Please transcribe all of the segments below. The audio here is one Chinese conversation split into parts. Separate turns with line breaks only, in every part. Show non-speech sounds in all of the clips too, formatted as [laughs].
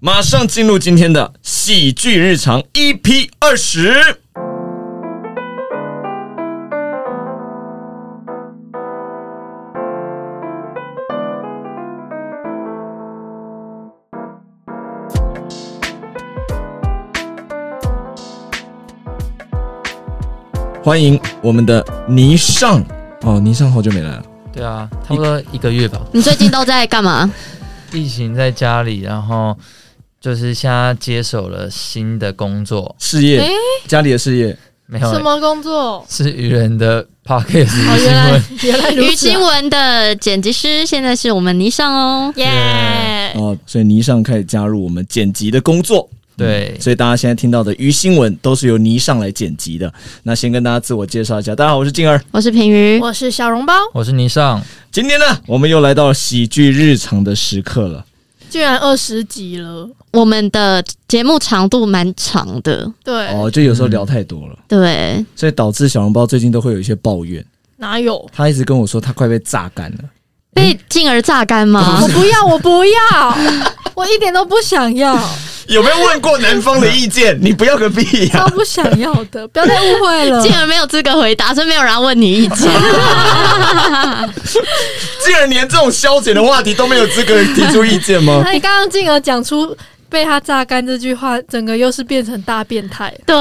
马上进入今天的喜剧日常 EP 二十。欢迎我们的霓裳哦，霓裳好久没来了。
对啊，差不多一个月吧。
你最近都在干 [laughs] 嘛？
疫情在家里，然后就是现在接手了新的工作，
事业，
诶
家里的事业，
没
什
有
么工作？
是愚人的 podcast
哦，
新
原来
闻。
原来如
于
此
新
啊、
[laughs] 闻的剪辑师现在是我们霓裳哦。
耶、
哦，所以霓裳开始加入我们剪辑的工作。
对，
所以大家现在听到的鱼新闻都是由霓裳来剪辑的。那先跟大家自我介绍一下，大家好，我是静儿。
我是平鱼，
我是小笼包，
我是霓裳，
今天呢，我们又来到了喜剧日常的时刻了。
居然二十集了，
我们的节目长度蛮长的，
对，
哦，就有时候聊太多了，
对，
所以导致小笼包最近都会有一些抱怨。
哪有？
他一直跟我说他快被榨干了。
被进而榨干吗
我？不要，我不要，我一点都不想要，
有没有问过男方的意见？ [laughs] 你不要个屁呀、
超不想要的，不要再误会了。
进而没有资格回答，所以没有人要问你意见。 [laughs]
竟然连这种消遣的话题都没有资格提出意见吗？
那你哦刚刚进而讲出被他榨干这句话，整个又是变成大变态，
对，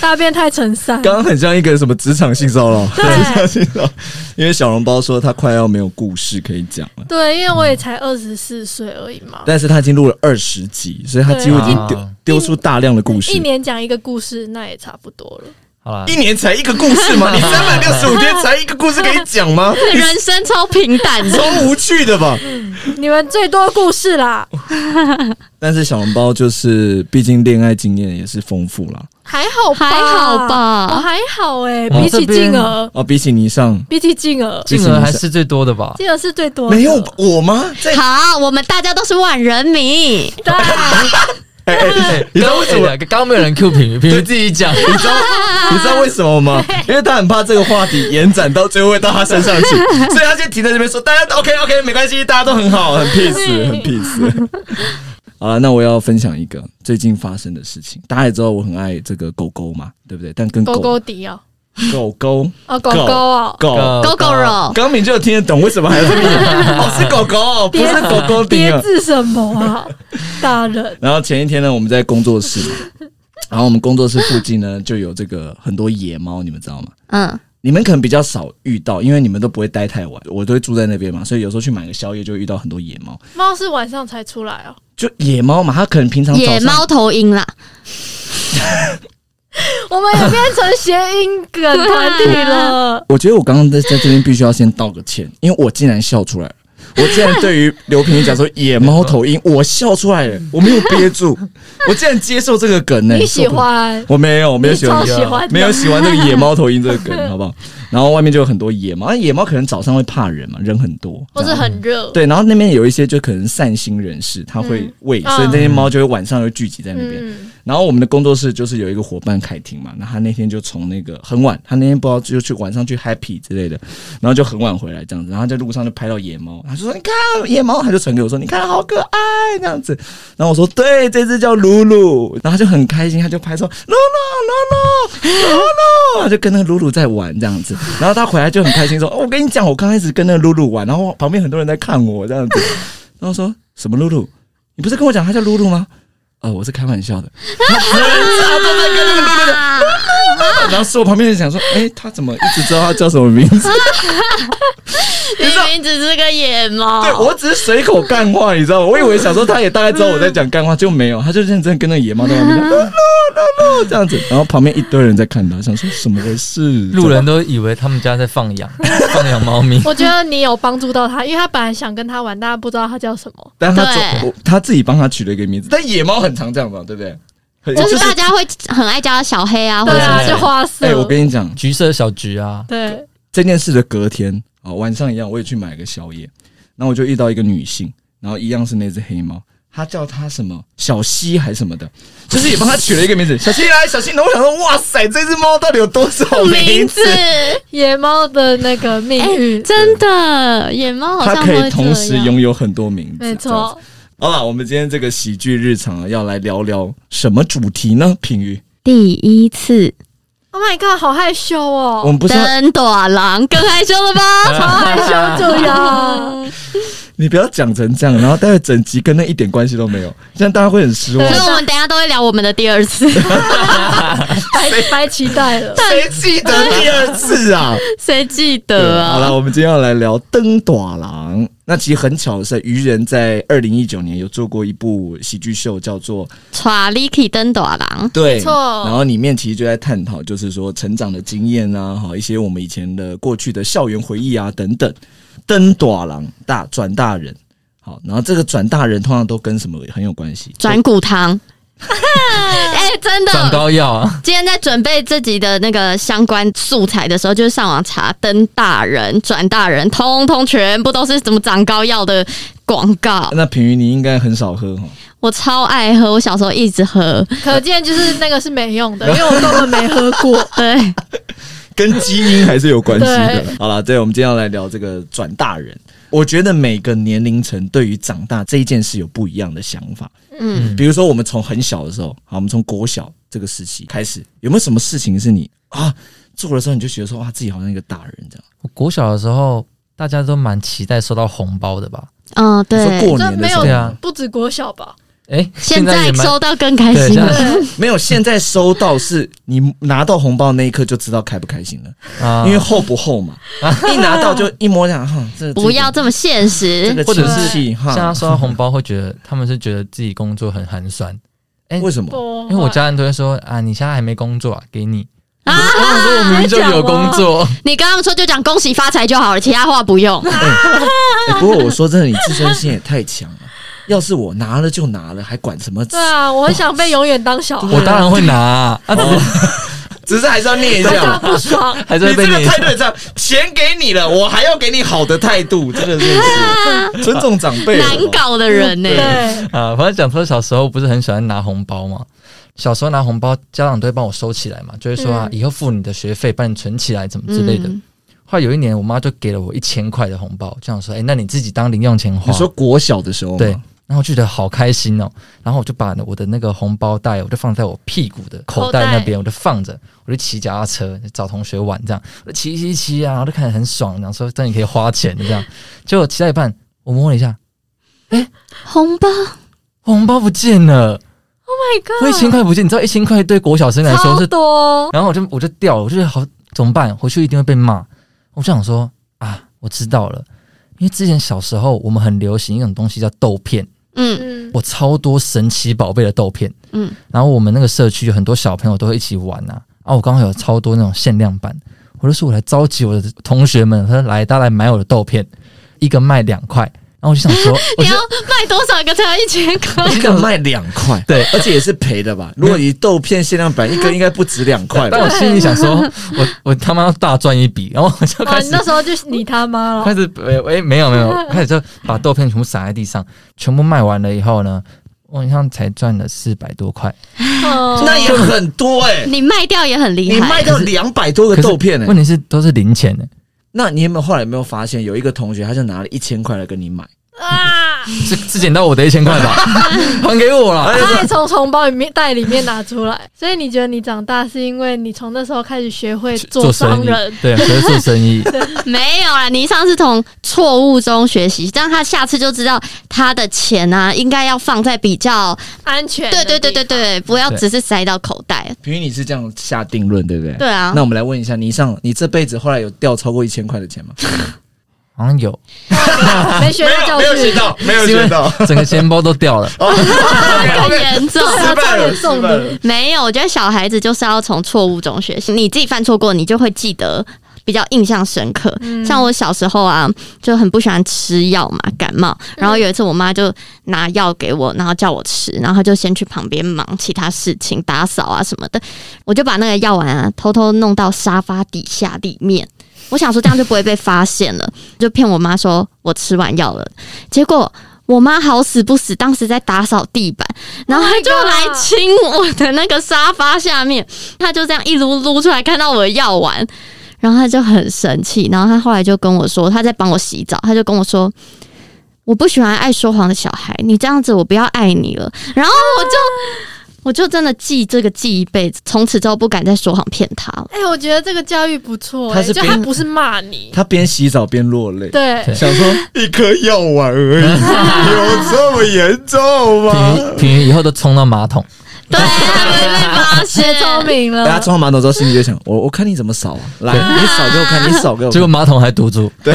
大变态成三。
[laughs] 刚刚很像一个什么职场性骚扰，
对
职场性骚扰，因为小笼包说他快要没有故事可以讲了。
对，因为我也才二十四岁而已嘛，
但是他已经录了二十集，所以他几乎已经丢
对
丢出大量的故事。
一年讲一个故事，那也差不多了。
好啦
一，年才一个故事
[laughs]
吗？你三百六十五天才一个故事可以讲吗？
人生超平 [laughs] 淡的。
超无趣的吧？
你们最多故事啦，
但是小笼包就是，毕竟恋爱经验也是丰富啦。
还好吧，
还好吧
我还好哎、
我
比
这
起
边
静儿，
哦，比起你上
比起静儿，
金额还是最多的吧？
静儿是最多的，
没有我吗？
[laughs]
在
好，我们大家都是万人迷，
对，
哎哎，
对，
你知道为什么
刚刚刚没有人 Q 评， [laughs]
嗯
评自己
[laughs]
讲。
你知道你知道为什么吗？因为他很怕这个话题延展到最后会到他身上
[laughs]
去，所以他就停在这边说：“大家都 OK OK，没关系，大家都很好，很 peace，很
嗯
peace。”好了，那我要分享一个最近发生的事情。大家也知道我很爱这个狗狗嘛，对不对？但跟狗
[laughs] 狗狗迪哦，
狗狗
哦，狗狗哦，
狗
狗狗肉，
刚敏就有听得懂，为什么还要
[laughs]
念？哦，是狗狗，不是狗狗
叠
丁啊。
字什么啊？大人，
然后前一天呢，我们在工作室，然后我们工作室附近呢就有这个很多野猫，你们知道吗？
嗯，
你们可能比较少遇到，因为你们都不会待太晚，我都会住在那边嘛，所以有时候去买个宵夜就会遇到很多野猫。
猫是晚上才出来哦，
就野猫嘛，它可能平常
野
早上。
猫头鹰啦，
我们也变成谐音梗团体了 [laughs]
我觉得我刚刚在在这边必须要先道个歉，因为我竟然笑出来了。我竟然对于刘平讲说“野猫头鹰”，我笑出来了，我没有憋住，我竟然接受这个梗呢、
[laughs] 你喜
受不了？
欢？
我没有，我没有
你
喜欢
超
这个
喜欢的，
没有喜欢这个野猫头鹰这个梗，好不
[laughs]
好？然后外面就有很多野猫，啊野猫可能早上会怕人嘛，人很多，
或是很热，
对，然后那边有一些就可能善心人士，他会喂，
嗯
所以那些猫就会晚上会聚集在那边。
嗯，
然后我们的工作室就是有一个伙伴凯婷嘛，那他那天就从那个很晚，他那天不知道就去晚上去 happy 之类的，然后就很晚回来这样子，然后在路上就拍到野猫，他就说你看野猫，他就传给我说你看好可爱这样子，然后我说对，这只叫露露，然后他就很开心，他就拍说露露露露露露，他就跟那个露露在玩这样子，然后他回来就很开心说，哦我跟你讲，我刚开始跟那个露露玩，然后旁边很多人在看我这样子，然后说什么露露，你不是跟我讲她叫露露吗？呃，我是开玩笑的。然后是我旁边人想说，哎、他怎么一直知道他叫什么名字？
明明只是个野猫，
对我只是随口干话，你知道吗？我以为想说他也大概知道我在讲干话，就没有，他就认真跟那个野猫在旁边讲
[laughs]
no no no 这样子，然后旁边一堆人在看他，想说什么回事？
路人都以为他们家在放羊，放养猫咪。
我觉得你有帮助到他，因为他本来想跟他玩，但他不知道他叫什么。
但他总
对
我他自己帮他取了一个名字，但野猫很常这样吧，对不对？很
就是大家会很爱叫它小黑啊，或
对
者
啊，
对
就花
哎、
色
我。跟你讲，
橘色小橘啊，
对，
这件事的隔天啊、哦晚上一样，我也去买个宵夜，然后我就遇到一个女性，然后一样是那只黑猫，她叫它什么小西还是什么的，就是也帮它取了一个名字，小西来小西。然后我想说，哇塞，这只猫到底有多少
名
字
字？，
野猫的那个命
哎
运，
真的野猫好
它
像
可
都
以
会
同
这
时
样。
拥有很多名字，这
没
样子
错。
好了，我们今天这个喜剧日常啊要来聊聊什么主题呢？品瑜，
第一次
Oh my god，好害羞
我
哦，
们不是要
登短廊，更害羞了吧？
好害羞
[laughs]
这样。
你不要讲成这样，然后待会整集跟那一点关系都没有，这样大家会很失望
所。以我们等一下都会聊我们的第二次。
白白期待了。
谁记得第二次啊？
谁记
对
得
好了，
啊？
我们今天要来聊《灯短郎》。那其实很巧的是，愚人在二零一九年有做过一部喜剧秀，叫做《
查理基登短廊，
对
没错
然后里面其实就在探讨，就是说成长的经验啊，好一些我们以前的过去的校园回忆啊等等。灯短郎大转大人，好，然后这个转大人通常都跟什么很有关系？
转骨汤。哎、真的，
长高药啊，
今天在准备自己的那个相关素材的时候，就是上网查“登大人”“转大人”，通通全部都是什么长高药的广告。
那平鱼你应该很少喝哈，
我超爱喝，我小时候一直喝。
可见就是那个是没用
[laughs]
的，因为我根本没喝过。
对，
跟基因还是有关系的。好了，对，我们今天要来聊这个转大人。我觉得每个年龄层对于长大这一件事有不一样的想法。
嗯，
比如说，我们从很小的时候，好，我们从国小这个时期开始，有没有什么事情是你啊做的时候你就觉得说哇，自己好像一个大人这样？
我国小的时候大家都蛮期待收到红包的吧？
嗯，
哦你说
对。
过年的时
这
候
没有
不止国
[laughs]
小吧，
哎、
现
在
在
也蛮
收到更开
对
心
现
了
在。
对，
没有，现在收到是你拿到红包那一刻就知道开不开心了，
啊
因为厚不厚
[laughs]
嘛，一拿到就一摸两哈，这
不要这么现
这
实，
个
或者是
亲戚哈
像他收到红包会觉得他们是觉得自己工作很寒酸，哎
为什么？
因
因为我家人都会说啊，你现在还没工作啊，给你。
啊
我想说我明明就有工作，
你跟他们说就讲恭喜发财就好了，其他话不
[laughs]
用。
欸不过我说真的，你自尊心也太强了。要是我拿了就拿了，还管什么？
对啊，我很想被永远当小孩，
我当然会拿啊，啊只是
只是还是要念一
非常
下。
[laughs] 不爽。
还
你
是会
这
被
个
你
态度也这样，钱给你了，我还要给你好的态度，真的是尊重长辈。
难搞的人呢、
对，
啊，反正讲说小时候不是很喜欢拿红包嘛，小时候拿红包，家长都会帮我收起来嘛，就会说啊，
嗯
以后付你的学费，帮你存起来，怎么之类的。
嗯
后来有一年，我妈就给了我一千块的红包，这样说，哎，那你自己当零用钱花。
你说国小的时候吗
对，然后我就觉得好开心哦，然后我就把我的那个红包袋，我就放在我屁股的口袋那边，我就放着，我就骑脚踏车找同学玩这样，我就骑骑骑啊，我就看着很爽，想说真的可以花钱的这样，结果骑到一半，我摸了一下，
红包
红包不见了，
Oh My God，
我一千块不见，你知道一千块对国小生来说
超
[laughs] 是，
多，
然后我就我就掉了，我就觉得好怎么办？回去一定会被骂，我就想说啊，我知道了。因为之前小时候我们很流行一种东西叫豆片，
嗯
嗯，
我超多神奇宝贝的豆片，
嗯，
然后我们那个社区有很多小朋友都会一起玩呐、啊，我刚好有超多那种限量版，我就说我来召集我的同学们，他说来大家来买我的豆片，一个卖两块，然后我就想
[laughs]
说，我
你
就
要卖多少个才要一千块？
一个卖两块，
对，
而且也是赔的吧？如果以豆片限量版一根，应该不止两块
但
吧？
我心里想说，我我他妈要大赚一笔，然后我就
啊，
开
你
始、
那时候就是你他妈了
开，始喂喂、没有没有，开始就把豆片全部撒在地上，全部卖完了以后呢，我好像才赚了四百多块，
嗯
那也很多哎，
你卖掉也很哦厉
你卖
害，
到两百多个
可是
豆片哎
问，题是都是零钱呢、
那你有没有后来有没有发现有一个同学他就拿了一千块来跟你买？
啊，
是是捡到我的一千块
[laughs]
吧，还给我了。
他还从红包里面袋里面拿出来，所以你觉得你长大是因为你从那时候开始学会做商
生意
人，，
对，学会做生意，
没有啦。你上次从错误中学习，这样他下次就知道他的钱啊，应该要放在比较
安全，
对对对对，对，不要
对
只是塞到口袋。
平宇，你是这样下定论对不对？
对啊
那，我们来问一下倪尚，你这辈子后来有掉超过一千块的钱吗？
好像有
啊没学到教训，
到，没
有学
到。
整个钱包都掉
[laughs] 哦
了。
更严重。
失败了失败了
没有，我觉得小孩子就是要从错误中学习。你自己犯错过，你就会记得比较印象深刻。
嗯
像我小时候啊，就很不喜欢吃药嘛，感冒。然后有一次，我妈就拿药给我，然后叫我吃，然后就先去旁边忙其他事情，打扫啊什么的。我就把那个药丸啊，偷偷弄到沙发底下里面。我想说这样就不会被发现了，就骗我妈说我吃完药了。结果我妈好死不死，当时在打扫地板，然后
Oh
她
my
就
God
来亲我的那个沙发下面，她就这样一撸撸出来，看到我的药丸，然后她就很生气，然后她后来就跟我说，她在帮我洗澡，她就跟我说。我不喜欢爱说谎的小孩，你这样子我不要爱你了。”然后我就。我就真的记这个记一辈子，从此之后不敢再说谎骗他了。
哎、我觉得这个教育不错、
他
哎
是
就
边
他不是骂你，
他边洗澡边落泪，
对，
对
想说一颗药丸而已，有这么严重
品瑜？品瑜以后都冲到马桶，
对，没被发现 [laughs]
学聪明
大家
了。
冲到马桶之后，心里就想：我我看你怎么扫啊！来，你扫给我看，你扫给我
结果
看。
马桶还堵住。
[laughs] 喂，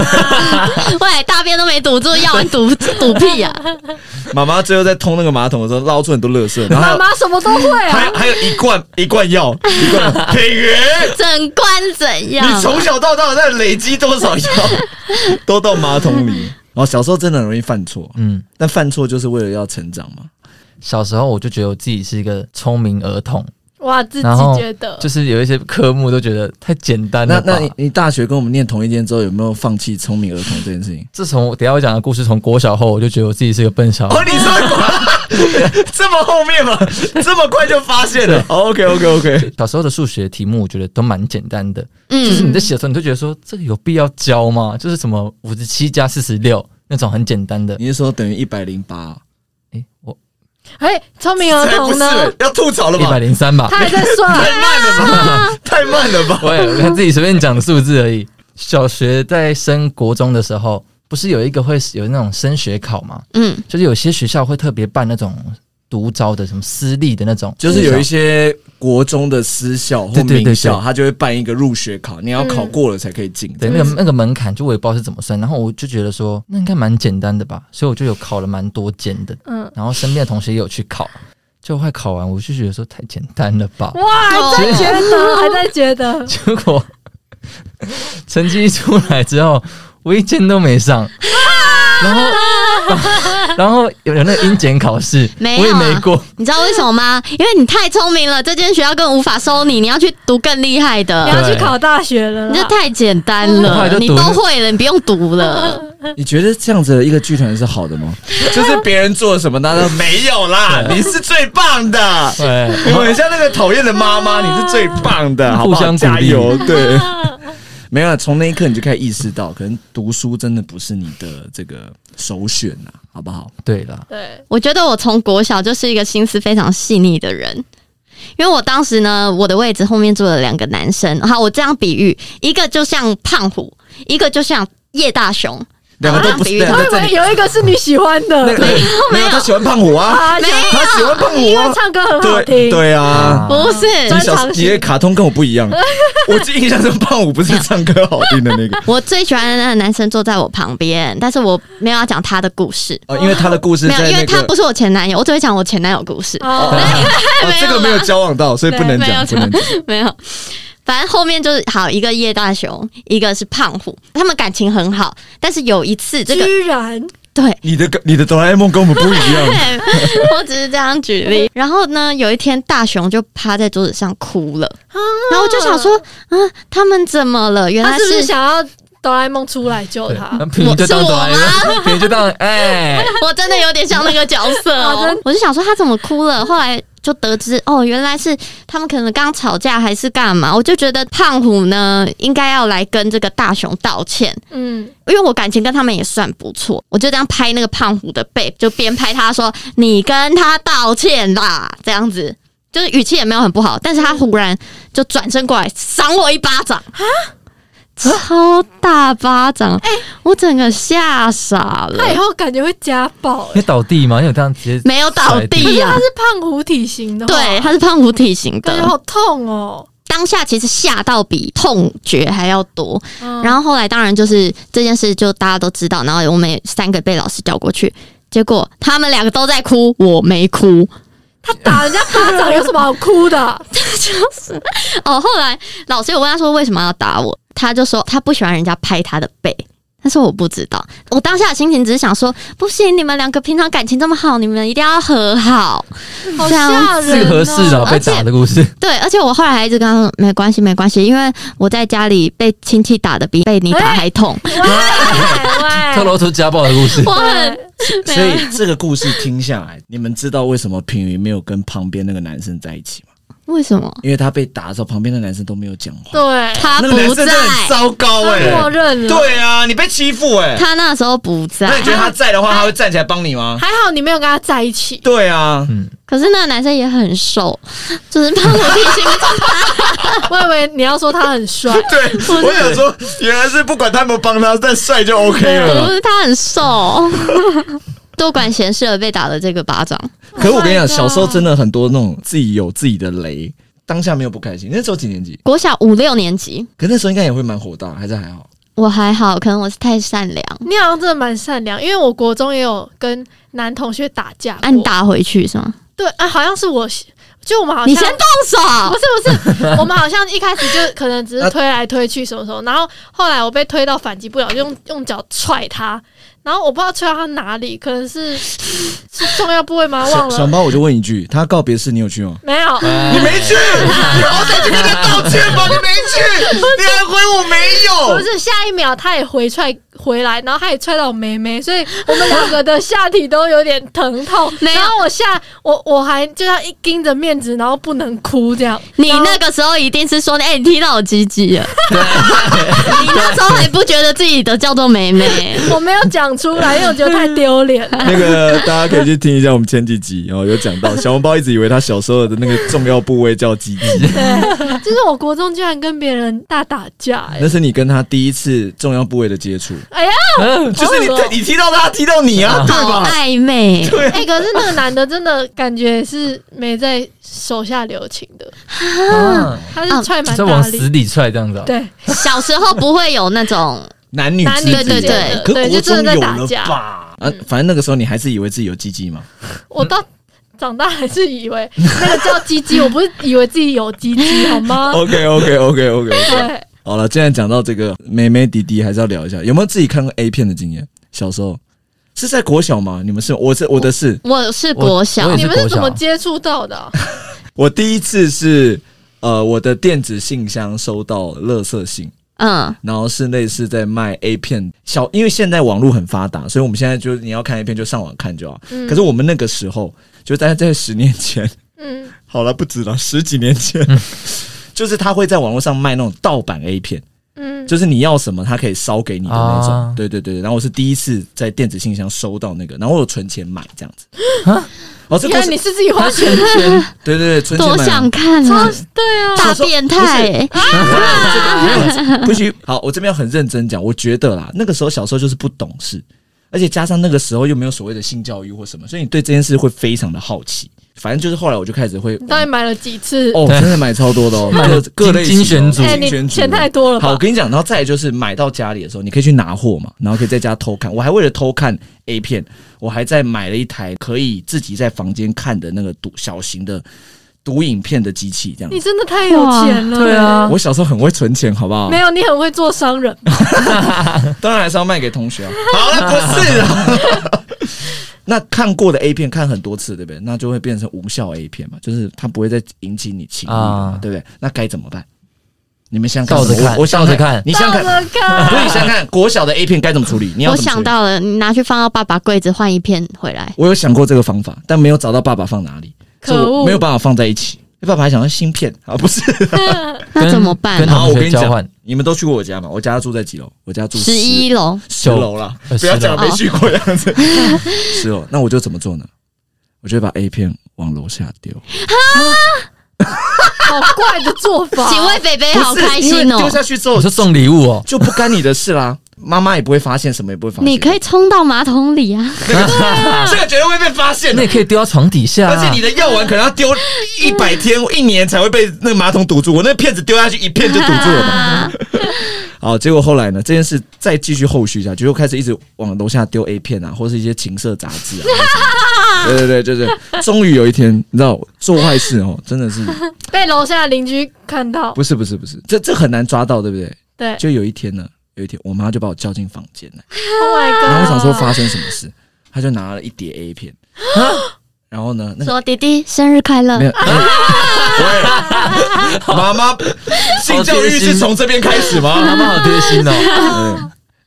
大便都没堵住，要完堵堵屁呀、啊！
妈妈最后在通那个马桶的时候，捞出很多垃圾，然
妈
后
妈什么都会
还有还
啊
有，还有一罐一罐药，一罐药品云，
整罐怎样
啊
你？从小到大在累积多少
[laughs]
药，都到马桶里。然后小时候真的很容易犯错，
嗯，
但犯错就是为了要成长嘛。
小时候我就觉得我自己是一个聪明儿童，
哇，自己
然后
觉得
就是有一些科目都觉得太简单
那
了吧。
那你你大学跟我们念同一间之后，有没有放弃聪明儿童这件事情？
自从等一下我讲的故事从国小后，我就觉得我自己是个笨小孩。
哦，你说 [laughs] 这么后面吗？这么快就发现 [laughs] 了？OK 哦 OK OK，
小时候的数学题目，我觉得都蛮简单的，就是
嗯，
你在写的时候，你就觉得说这个有必要教吗？就是什么五十七加四十六那种很简单的。
你是说等于一百零八？
诶，我
哎，聪明儿
才不
童
是
呢
欸，，要吐槽了
一百
吧？
零三吧
他，还在算。
太慢了吧？太慢了吧？
[laughs] 喂，我看自己随便讲的数字而已。小学在升国中的时候，不是有一个会有那种升学考吗？
嗯，
就是有些学校会特别办那种独招的，什么私立的那种，
就是有一些国中的私校或
对对对
名校，
对
他就会办一个入学考，你要考
嗯
过了才可以进。
对那个那个门槛，就我也不知道是怎么算。然后我就觉得说，那应该蛮简单的吧，所以我就有考了蛮多间的。
嗯，
然后身边的同学也有去考，就快考完，我就觉得说太简单了吧。
哇，
哦
还在觉得，还在觉得，
结果成绩一出来之后，我一间都没上，然后然后有有那个英检考试，
没有啊
我也没过。
你知道为什么吗？因为你太聪明了，这间学校根本无法收你，你要去读更厉害
你
的。
要去考大学了
你
啦
这。太简单
[laughs] 我后来
了，
就
你
读
都会了，你不用读了。
你觉得这样子的一个剧团是好的吗？就是别人做了什么，大家都没有 [laughs] 啦，你是最棒 [laughs] 的。
对，
你们很像那个讨厌的妈妈，你是最棒的，好不
互
好？
相鼓
加
励
油！对， [laughs] 没有啦，从那一刻你就开始意识到，可能读书真的不是你的这个首选啊，好不好？
对啦，
对，
我觉得我从国小就是一个心思非常细腻的人，因为我当时呢，我的位置后面坐了两个男生，好，我这样比喻，一个就像胖虎，一个就像叶大雄，
两个都不是，
好
我
那
以
在
为
你
有一个是你喜欢
那
的
个没有，他喜欢胖虎啊，
啊，想
他喜欢胖虎
因为
啊，
唱歌很好
对
听。
对啊
啊。
不是。
你
专
小
长
你的卡通跟我不一样，我记印象中胖虎不是唱歌好听的那个
我最喜欢的那个男生坐在我旁边，但是我没有要讲他的故事，
呃
哦，因为他的故事
没有，
在
因为
那
他
个
不是我前男友，我只会讲我前男友故事，
哦，
呃
哦
没有
这个没有交往到，所以不能
对没有
讲，不能讲。
没有。反正后面就是好，一个叶大雄，一个是胖虎，他们感情很好。但是有一次，这个
居然
对 [laughs]
你的你的哆啦 A 梦跟我们不一样，
对，我只是这样举例。然后呢，有一天大雄就趴在桌子上哭了，然后我就想说，嗯，他们怎么了？原
他
来
是不是想要哆啦 A 梦出来救
对，
他
那？平就当哆啦 A 梦，平就当哎，
[laughs] 我真的有点像那个角色 [laughs]
啊
哦
真。
我就想说他怎么哭了，后来就得知哦，原来是他们可能刚吵架还是干嘛。我就觉得胖虎呢应该要来跟这个大雄道歉。
嗯，
因为我感情跟他们也算不错，我就这样拍那个胖虎的背，就边拍他说：“你跟他道歉啦。”这样子，就是语气也没有很不好，但是他忽然就转身过来赏我一巴掌，嗯超大巴掌，我整个吓傻了。
他以后感觉会家暴。
你倒地吗？你有这样直接
没有倒地啊呀、
他是胖虎体型的
[laughs]
话，
对，他是胖虎体型
感觉
的。
好痛哦。
当下其实吓到比痛觉还要多，
嗯
然后后来当然就是这件事就大家都知道，然后我们也三个被老师叫过去，结果他们两个都在哭，我没哭。
他打人家巴掌有什么好哭的？
哦，后来老师有问他说为什么要打我，他就说他不喜欢人家拍他的背。但是我不知道，我当下的心情只是想说，不行，你们两个平常感情这么好，你们一定要和好。
好
这样
吓人、哦！
是个合适的哦被打的故事，
对，而且我后来还一直跟他说没关系，没关系，因为我在家里被亲戚打的比被你打还 [laughs] 痛，
哎
透露出家暴的故事
我。很
对
所以这个故事听下来，你们知道为什么平云没有跟旁边那个男生在一起吗？
为什么？
因为他被打的时候，旁边的男生都没有讲话。
对，
他
那个男
啊不
生真
在
的，很糟糕哎、
他默认了。，
对啊，你被欺负哎、
他那时候不
那
在啊
你。觉得他在的话，他会站起来帮你吗？
还好你没有跟他在一起。
对啊，
嗯，
可是那个男生也很瘦，就是帮我提醒
[laughs] 我以为你要说他很帅，
对，我想说，原来是不管他有没有帮他，但帅就 OK
[laughs] 不。是他很瘦， [laughs] 多管闲事了被打了这个巴掌。
可是我跟你
Oh
讲，
my God
小时候真的很多那种自己有自己的雷，当下没有不开心。那时候几年级？
国小五六年级，
可那时候应该也会蛮火大，还是还好。
我还好，可能我是太善良。
你好像真的蛮善良，因为我国中也有跟男同学打架过。
啊，你打回去是吗？
对啊，好像是我，就我们好像
你先动手
不，是不是，我们好像一开始就可能只是推来推去什么什么，然后后来我被推到反击不了，就用用脚踹他，然后我不知道踹到他哪里，可能是是重要部位吗？忘
小
了，
猫，我就问一句，他告别式你有去吗？
没有。
哎
你没去，你好歹去跟他道歉吧，你没去，你还回我
不
没有。
是下一秒他也回踹回来，然后他也踹到我妹妹，所以我们两个的下体都有点疼痛。
[laughs] 没有
然后我下我我还就要一盯着面子，然后不能哭这样。
你
然后
那个时候一定是说，哎、你踢到我鸡鸡了。你那时候还不觉得自己的叫做
[laughs]
妹妹，
我没有讲出来，因为我觉得太丢脸了。
那个大家可以去听一下我们前几集，然后有讲到小红包一直以为他小时候的那个重要部位叫鸡鸡，
[laughs]
对，就是我国中居然跟别人大打架、欸
那，是你跟他第一次重要部位的接触。
哎呀，
就是
哦
你，你踢到他，踢到你啊，对
好
吧？
暧昧。
哎、可是那个男的真的感觉是没在手下留情的，
啊，
他是踹蛮
再往
大力，
死里踹这样子啊，
对，
小时候不会有那种，
男女
男
之
女
间，
之间
对
的，
可
对，
国
就
中
真的
有
在打
了
架。
吧？啊，反正那个时候你还是以为自己有鸡
[laughs]
鸡嘛。
我到长大还是以为 [laughs] 那个叫鸡鸡，我不是以为自己有鸡鸡好
[laughs]
吗？
OK OK OK OK，
[laughs] 对，
好了，既然讲到这个妹妹弟弟，还是要聊一下，有没有自己看过 A 片的经验？小时候
是在国小吗？你们是？我是我的是，
我是国小
我也，
哦你们
是
是
国
怎么
小啊
接触到的啊、
[laughs] 我第一次是呃，我的电子信箱收到垃圾信，
嗯，
然后是类似在卖 A 片小，因为现在网络很发达，所以我们现在就是你要看 A 片就上网看就好。
嗯
可是我们那个时候就大概在十年前，
嗯，
好了不止了，十几年前， [laughs] 就是他会在网络上卖那种盗版 A 片，
嗯，
就是你要什么他可以烧给你的那种。
啊
对对对，然后我是第一次在电子信箱收到那个，然后我有存钱买这样子。哦，这故
你看
事
你是自己
[laughs]
花钱，
对对对，存钱
多
买。
想看啊，
对
大
啊，
变态、欸，
不许好，我这边要很认真讲，我觉得啦，那个时候小时候就是不懂事，而且加上那个时候又没有所谓的性教育或什么，所以你对这件事会非常的好奇。反正就是后来我就开始会
你到底买了几次？
哦，真
[laughs]
的买超多的哦，
买了
各各类型哦
精选组
哎、
精选
你
组
钱太多了
好，我
吧？
跟你讲，然后再来就是买到家里的时候，你可以去拿货嘛，然后可以在家偷看。我还为了偷看 A 片，我还在买了一台可以自己在房间看的那个赌小型的赌影片的机器，这样
你
子。
真的太有钱了，对啊
我小时候很会存钱，好不好？
没有，你很会做商人。
当然还是要卖给同
[laughs]
学啊。好了，不是啊。 [laughs] 那看过的 A 片看很多次，对不对？那就会变成无效 A 片嘛，就是它不会再引起你情欲嘛，
啊
对不对？那该怎么办？你们想想
倒着看
我我想想
倒着看
你想想看，
到了看
不是你想想看国小的 A 片该怎么处理？你要
我
怎么处
想
理，
到了，你拿去放到爸爸柜子换一片回来。
我有想过这个方法，但没有找到爸爸放哪里，
可
所以我
恶
没有办法放在一起。爸爸还想要芯片啊，不是？
那怎么办
跟
啊？
好，我
同
跟
学
你
交
讲
换，
你们都去过我家嘛？我家住在几楼？我家住
十一楼，
十楼啦，
呃
不要讲
十
楼
没去过样子。 [laughs] 十楼，那我就怎么做呢？我就会把 A 片往楼下丢，
好怪的做法。
几位北北好
不是
开
因为
心哦
丢、下去之后
我是送礼物哦，
就不干你的事啦，妈妈也不会发现，什么也不会发现。
你可以冲到马桶里啊！
这个绝对会被发现
[laughs] 那
的
也。可以丢到床底下啊，
而且你的药丸可能要丢一百天、一年才会被那个马桶堵住。我那个片子丢下去一片就堵住了嘛。
好，结果后来呢？这件事再继续后续下去，就开始一直往楼下丢 A 片啊，或是一些情色杂志啊。对对对对对，终于有一天，你知道做坏事哦，真的是
被楼下的邻居看到，
不是不是不是，这这很难抓到，对不对？
对 [laughs]
就有一天呢，有一天我妈就把我叫进房间来。
，Oh my god！
然后我想说发生什么事，他就拿了一叠 A 片，啊然后呢，那个
说弟弟生日快乐
嗯
没，有，哎
[laughs]
妈妈，性教育是从这边开始吗？
[laughs]
妈妈好贴心哦，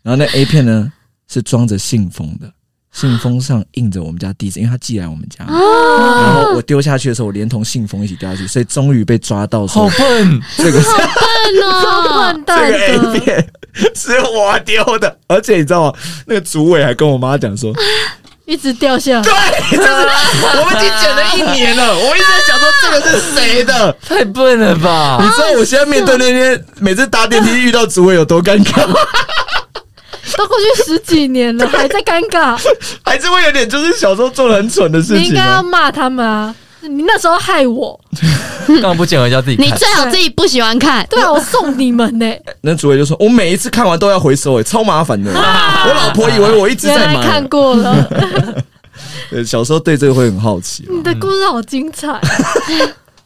然后那 A 片呢是装着信封的，信封上印着我们家地址，因为他寄来我们家，
哦
啊，
然后我丢下去的时候，我连同信封一起丢下去，所以终于被抓到
好
说
笨，
这个是
超
哦，
笨
[laughs] 这
蛋
个 A
啊
的，
片是我丢的，而且你知道吗？那个主委还跟我妈讲
[laughs]
说，
一直掉下来。
对，就是我们已经剪了一年了，我一直在想说这个是谁的。
太笨了吧
你？ [laughs] 知道我现在面对那些每次搭电梯遇到主委有多尴尬吗？
都过去十几年了，还在尴尬。
[laughs] 还是会有点就是小时候做了很蠢的事
你应
情
该要
啊。
骂他们啊！你那时候
[laughs]
害我，
干嘛不捡回家自己
你
看？
最好自己不喜欢看，
对啊，我送你们呢、
那主委就说：“我每一次看完都要回收、欸，超麻烦的。我老婆以为我一直
啊原
在
来
买
看。过了，
[laughs] 呃小时候对这个会很好奇啊。
你的故事好精彩。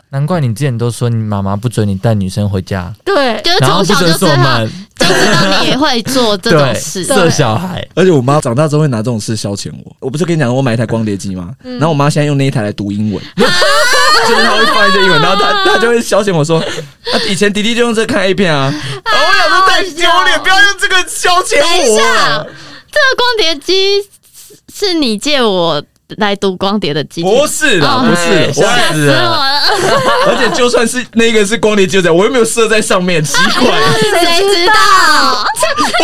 难怪你之前都说你妈妈不准你带女生回家，
[laughs] 对，
就是
然后
从
不
小
准
就知
锁
道，
门，
就知道你也会
[laughs]
做这种
对，
事。
射小孩。
而且我妈长大之后会拿这种事消遣我。我不是跟你讲，我买一台光碟机吗？
嗯
然后我妈现在用那一台来读英文，
啊
就是她会放一些英文，然后她她就会消遣我说，啊，以前迪迪就用这看 A 片啊。然后我想说太丢脸，不要用这个消遣
等一
我
下
啊。，
这个光碟机是是你借我来读光碟的机器，
不是的，
哦
不是，我
吓死
是
了！
我，
而且就算是那个是光碟机仔，我又没有射在上面，奇怪，
谁知道？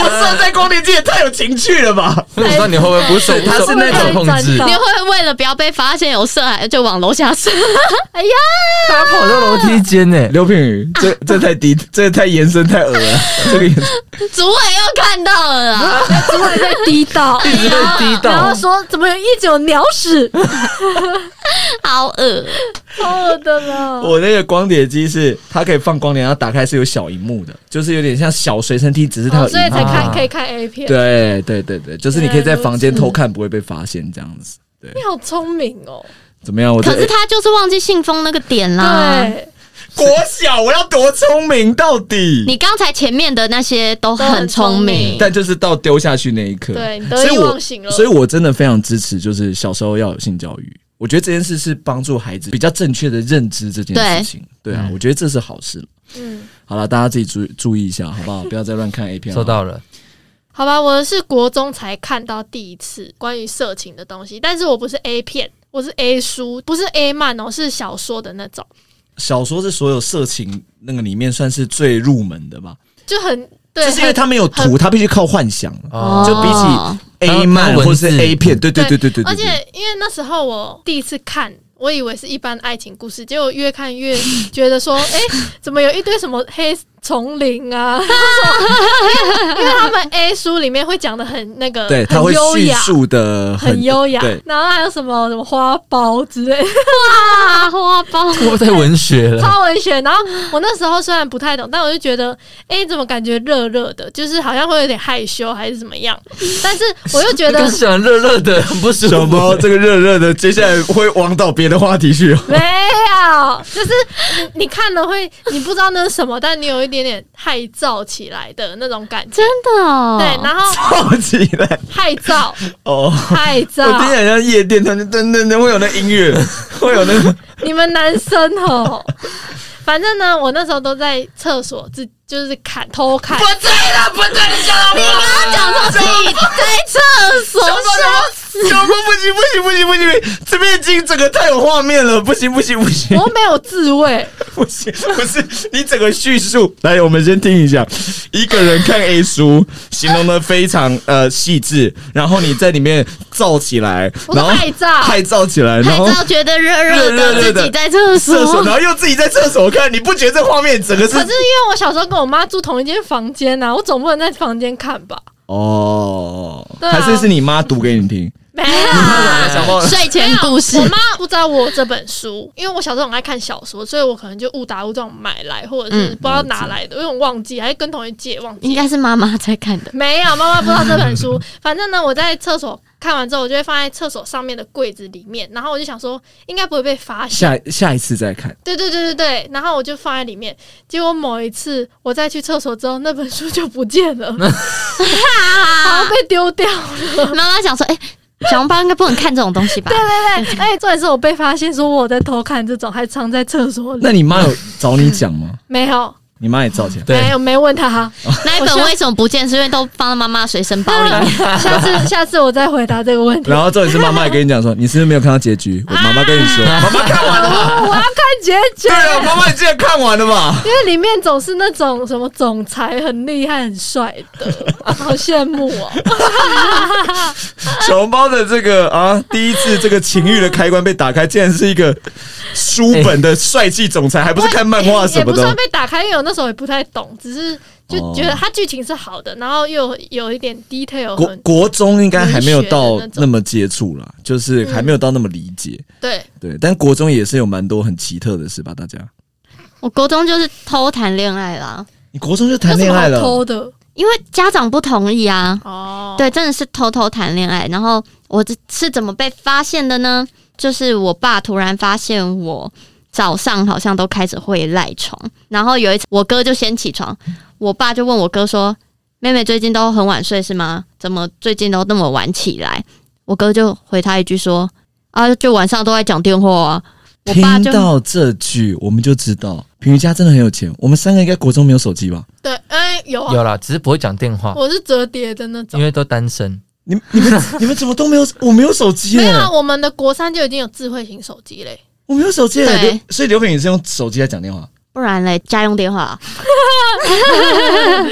我射在光碟机也太有情趣了吧？
我不知道你会不会不受
他是那
种
控制，
你会为了不要被发现有色，还就往楼下射？ [laughs] 哎呀，
他跑到楼梯间呢。
刘品宇，这这太低，这太延伸太恶了，这个延伸
主委又看到了啦，哎
主管在低倒，
[laughs] 一直被滴
然后
到，
说怎么有一九鸟
[laughs]
屎，
好恶。
超恶的了。
我那个光碟机是它可以放光碟，然后打开是有小荧幕的，就是有点像小随身听，只是它有、
哦所以才看
啊
可以看 A 片。
对对对对，就是你可以在房间偷看，不会被发现这样子。对，
你好聪明哦。
怎么样？我
可是
这
他就是忘记信封那个点啦。
对，
哎国小我要多聪明到底？
你刚才前面的那些都很聪明，
但就是到丢下去那一刻，
对你得
所以
意
我
忘形了
所以我真的非常支持，就是小时候要有性教育。我觉得这件事是帮助孩子比较正确的认知这件事情。对啊，
嗯
我觉得这是好事。
嗯，
好了，大家自己注注意一下，好不好？不要再乱看 A 片。啊
收。到了，
好吧，我是国中才看到第一次关于色情的东西，但是我不是 A 片，我是 A 书，不是 A 漫哦，是小说的那种，
小说是所有色情那个里面算是最入门的吧，
就很对，
就是因为
很
它没有图，它必须靠幻想。
哦
就比起
哦
A 漫
文
或
字
是 A 片，对对对对对对。
而且
对
因为那时候我第一次看，我以为是一般爱情故事，结果越看越觉得说， [laughs] 哎、怎么有一堆什么黑丛林啊？ [laughs] 因为因为他们 A 书里面会讲的很那个，
对，它
呃很
会
优
叙
雅。
述的
很优雅
对，， [laughs]
然后还有什么什么花苞之类的，
啊，花苞
我太文学
[laughs]
了，
超文学。然后我那时候虽然不太懂，但我就觉得，哎、怎么感觉热热的，就是好像会有点害羞还是怎么样。但是我
[laughs]
又觉得
跟想热热的很不舒
小猫
服。
这个热热的，接下来会往到别的话题去哦。
没有，就是你你看了会，你不知道那是什么，但你有一点点害臊起来的那种感觉。
真的哦，
对，然后
好起来
害
[laughs]
臊，
哦！
害
我听起
臊，
来像夜店，它就噔噔噔会有那音乐，会有那个
你们男生哦，反正呢，我那时候都在厕所自就是看偷看，
你刚刚讲说自己在厕所说，
小猫不行不行不行不行，这边已经整个太有画面了，不行不行不行
我没有自慰，
不行不是，你整个叙述来，我们先听一下，一个人看 A 书，形容的非常呃细致，然后你在里面燥起来，
我
然
说
后
害臊，
太燥起来，然
拍
后
照觉得热热
热
的，
热
自
的
己在厕
厕所，
所
然，后又自己在厕所看，你不觉得这画面整个
可
是
是因为我小时候跟我妈住同一间房间呐、啊我总不能在房间看吧？
哦？
对啊
还是是你妈读给你听？
没有。啊 [laughs]
小猫
睡前故事
我妈不知道我有这本书，因为我小时候很爱看小说，所以我可能就误打误撞买来，或者是
嗯
不知道哪来的，因为我忘记，还是跟同学借忘
应
记。
该是妈妈在看的。
没有，妈妈不知道这本 [laughs] 书。反正呢，我在厕所看完之后，我就会放在厕所上面的柜子里面，然后我就想说，应该不会被发现。
下下一次再看，
对对对对对，然后我就放在里面。结果某一次我再去厕所之后，那本书就不见 [laughs] 了，好像被丢掉了。
妈妈想说，哎、小红包应该不能看这种东西吧？
对对对， [laughs] 哎，重点是我被发现说我在偷看这种，还藏在厕所里。
那你妈有找你讲吗？
[laughs] 没有，
[laughs] 你妈也造钱，
对
没有没问
[laughs]
他，
那一本为什么不见？是因为都放在妈妈随身包里。
下次下次我再回答这个问题。
然后重点是妈妈也跟你讲说，你是不是没有看到结局？我妈妈跟你说，啊妈妈看完了吗？
我要看结局
对，啊，妈妈你竟然看完了 [laughs] 吧？
[laughs] 因为里面总是那种什么总裁很厉害、很帅
[laughs]
的，好羡慕哦。
小笼包的这个啊，第一次这个情欲的开关被打开，竟然是一个书本的帅气总裁，还哎不是看漫画什
也
么
不
的
算。被打开，因为我那时候也不太懂，只是就觉
哦
得它剧情是好的，然后又有有一点 detail
国
很
国中应该还没有到
文学的那种
那么接触啦，就是还没有到那么理解。
对。
对，但国中也是有蛮多很奇特的事吧？大家，
我国中就是偷谈恋爱啦，
你国中就谈
有什
恋
么
爱
好
了，
偷的
因为家长不同意啊。
哦，
对，真的是偷偷谈恋爱。然后我这是怎么被发现的呢？就是我爸突然发现我早上好像都开始会赖床，然后有一次我哥就先起床，我爸就问我哥说：“妹妹最近都很晚睡是吗？怎么最近都那么晚起来？”我哥就回他一句说：“啊，就晚上都在讲电话啊。”我
听
爸就
到这句我们就知道平瑜家真的很有钱。我们三个应该国中没有手机吧？
对，哎，有啊，
有啦，只是不会讲电话，
我是折叠的那
因
种。
为都单身。
你你
[laughs]
们你们怎么都没有？我没有手机耶、
没有啊，我们的国三就已经有智慧型手机嘞。
我没有手机耶、
对
刘所以刘品宇是用手机在讲电
[laughs]
话。
不然嘞，家用电话啊、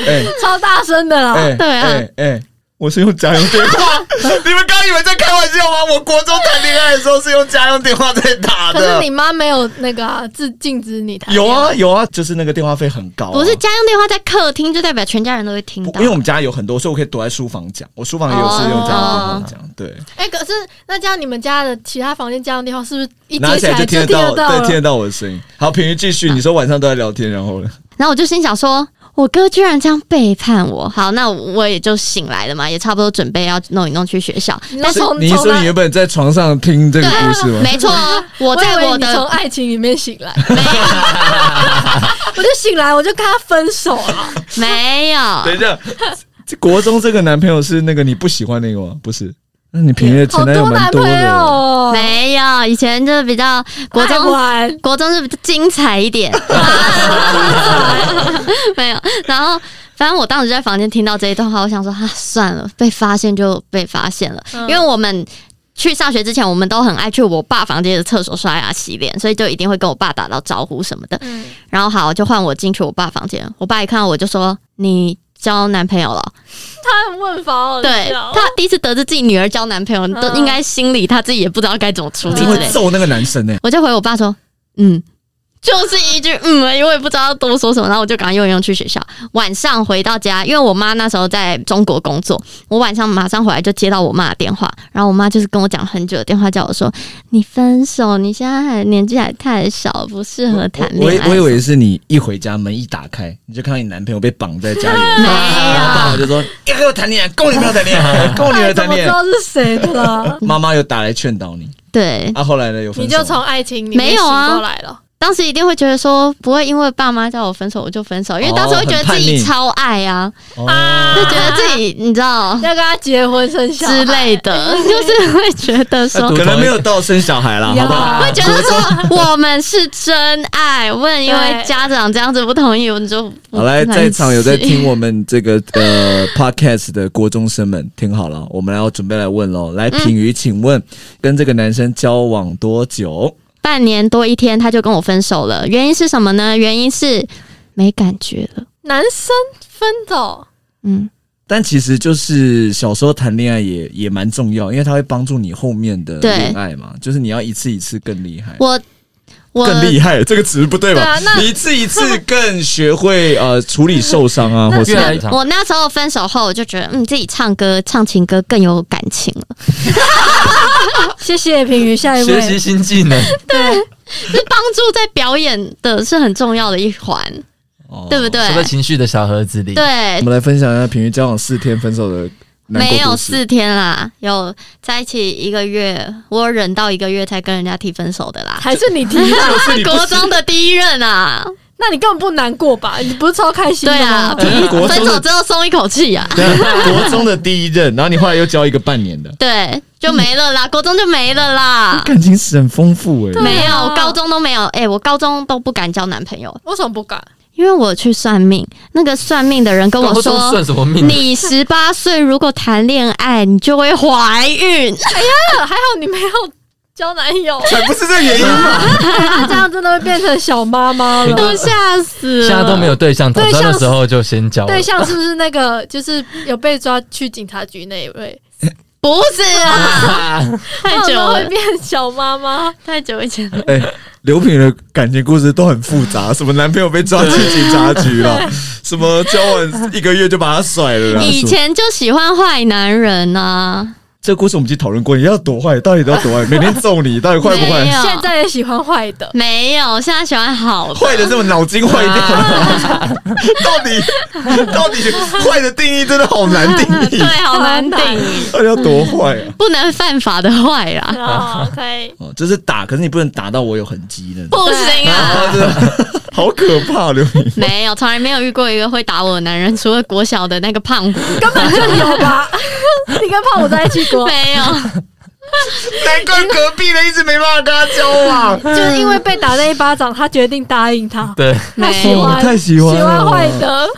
哎
[laughs] 超大声的啦！
哎
对啊
哎哎，我是用家用电
[laughs]
话。你们刚以为在开玩笑吗？我国中谈恋爱的时候是用家用电话在打
可是
哎的
你。妈没有那个啊，制禁止你谈。
有，啊有啊，就是那个电话费很高啊、
不是哦家用电话在客厅，就代表全家人都会听
不，
到。
因为我们家有很多，所以我可以躲在书房讲。我书房也有是用家
哦
用电话讲，对，
哎，可是那这样你们家的其他房间家用电话是不是一
拿起
接起
来
来
就听
听
得到，
得到
对，听得
了？
到我的声音。好，平云继续，你说晚上都在聊天，然后呢？
然后我就心想说，我哥居然这样背叛我，好，那我也就醒来了嘛，也差不多准备要弄一弄去学校。
你说从
你
从
说你
哪
原本在床上听这个故事吗？
没错哦，我
以
在
为
我
你从
的
爱情里面醒来， [laughs] 我就醒来，我就跟他分手啊了。
没有，
啊
等一下， [laughs] 这国中这个男朋友是那个你不喜欢那个吗？不是，那你平月前
好
男友蛮
男朋
的。
友哦，
没有，以前就是比较国
爱
中
玩
国中是比较精彩一点，没有。然后反正我当时在房间听到这一段话，我想说啊，算了，被发现就被发现了，
嗯
因为我们。去上学之前，我们都很爱去我爸房间的厕所刷牙洗脸，所以就一定会跟我爸打到招呼什么的。
嗯
然后好，就换我进去我爸房间，我爸一看到我就说：“你交男朋友了？”
他很问法好
对
笑
他第一次得知自己女儿交男朋友，都
嗯
应该心里他自己也不知道该怎么处理
你
之
会
类的。
揍那个男生呢、
我就回我爸说，嗯，就是一句嗯而已，因为我也不知道多说什么，然后我就赶快用一用去学校。晚上回到家，因为我妈那时候在中国工作，我晚上马上回来就接到我妈的电话，然后我妈就是跟我讲很久的电话，叫我说你分手，你现在还年纪还太小，不适合谈
嗯
我以
恋爱。
我以为是你一回家门一打开，你就看到你男朋友被绑在家里，
没
然后爸爸
有，
就说：“你跟我谈恋爱，跟我女朋友谈恋
[laughs]
爱，跟我女
哎
儿谈
怎么知
恋爱。
道是谁的
[laughs]
啦？”
妈妈又打来劝导你，
对，
啊，后来呢有分
你
手
就
吗，
从爱情里
没
面醒
有啊
过来了。
当时一定会觉得说不会因为爸妈叫我分手我就分手，因为当时会觉得自
哦
己超爱啊，
啊，
就觉得自己你知道
要跟他结婚生小
之
孩，
类
[laughs]
的，就是会觉得说
可能没有到生小
[laughs]
孩啦，
呀
好不好？
会觉得说我们是真爱，不能因为家长这样子不同意，我们就不
好来，
不
在场有在听
我，
我们这个呃 [laughs] podcast 的国中生们，听好了，我们要准备来问喽。来，品瑜，请问跟这个男生交往多久？
半年多一天他就跟我分手了，原因是什么呢？原因是没感觉了，
男生分哦手，
嗯，
但其实就是小时候谈恋爱也也蛮重要，因为它会帮助你后面的
对
恋爱嘛，就是你要一次一次更厉害。
我我
更厉害，这个词不对
对
吧
啊？那
你一次一次更学会
[laughs]
呃处理受伤啊，或是
越来越长
我那时候分手后，我就觉得嗯，自己唱歌唱情歌更有感情
[laughs]
了，
谢谢平宇，下一
学习
位。
新技能，
是帮助在表演的是很重要的一环，
哦
对不对
收？在情绪的小盒子里。
对
我，们来分享一下平均交往四天分手的难过
没有
故事
四天啦，有在一起一个月，我忍到一个月才跟人家提分手的啦。
还是你提的，
[laughs] 是你不
国中的第一任啊，
那你根本不难过吧？你不是超开心
对
的
啊，
吗？
对国中的
分手之后松一口气啊，
对啊国中的第一任，然后你后来又交一个半年的，
对，就没了啦，国中就没了啦，
感情史很丰富哎、
啊没有，
对啊
我高中都没有，哎、我高中都不敢交男朋友，
为什么不敢？
因为我去算命，那个算命的人跟我
高中
说
算，什么命？
你十八岁如果谈恋爱，你就会怀孕。
还好你没有交男友，啊
才不是这原因嘛！
那这样真的会变成小妈妈
[laughs]
对
了。
都吓死了！
现在都没有对象，早知道
对象
那
是
时候就先交了。
对象是不是那个就是有被抓去警察局那一位？
不是啊，太久
那我们会
了，
变小妈妈，
太久以前了。
哎、刘品的感情故事都很复杂，什么男朋友被抓去警察局
[laughs]
了，什么交往一个月就把他甩了啦。
以前就喜欢坏男人啊呐、
这个故事我们已经讨论过，你要多坏，到底要多坏？每天揍你，到底坏不
没
坏？
有
现在也喜欢坏的。
没有，现在喜欢好的。
坏的这么脑筋坏掉了， [laughs] 到底到底坏的定义真的好难定
[laughs] 对
义，，
好难顶，啊
到底要多坏啊？
不能犯法的坏啦，
啊，可以，
哦，就是打，可是你不能打到我有痕迹的，
不行啊！
啊真的 [laughs] 好可怕，刘敏。
没有，从来没有遇过一个会打我的男人，除了国小的那个胖 [laughs] 虎，
根本就有吧？你跟胖虎在一起
[laughs]
过，
没有。
难怪隔壁的一直没办法跟他交往。
就是因为被打那一巴掌，他决定答应他。
对，
他
没
喜
有
欢，
太喜欢了
坏的，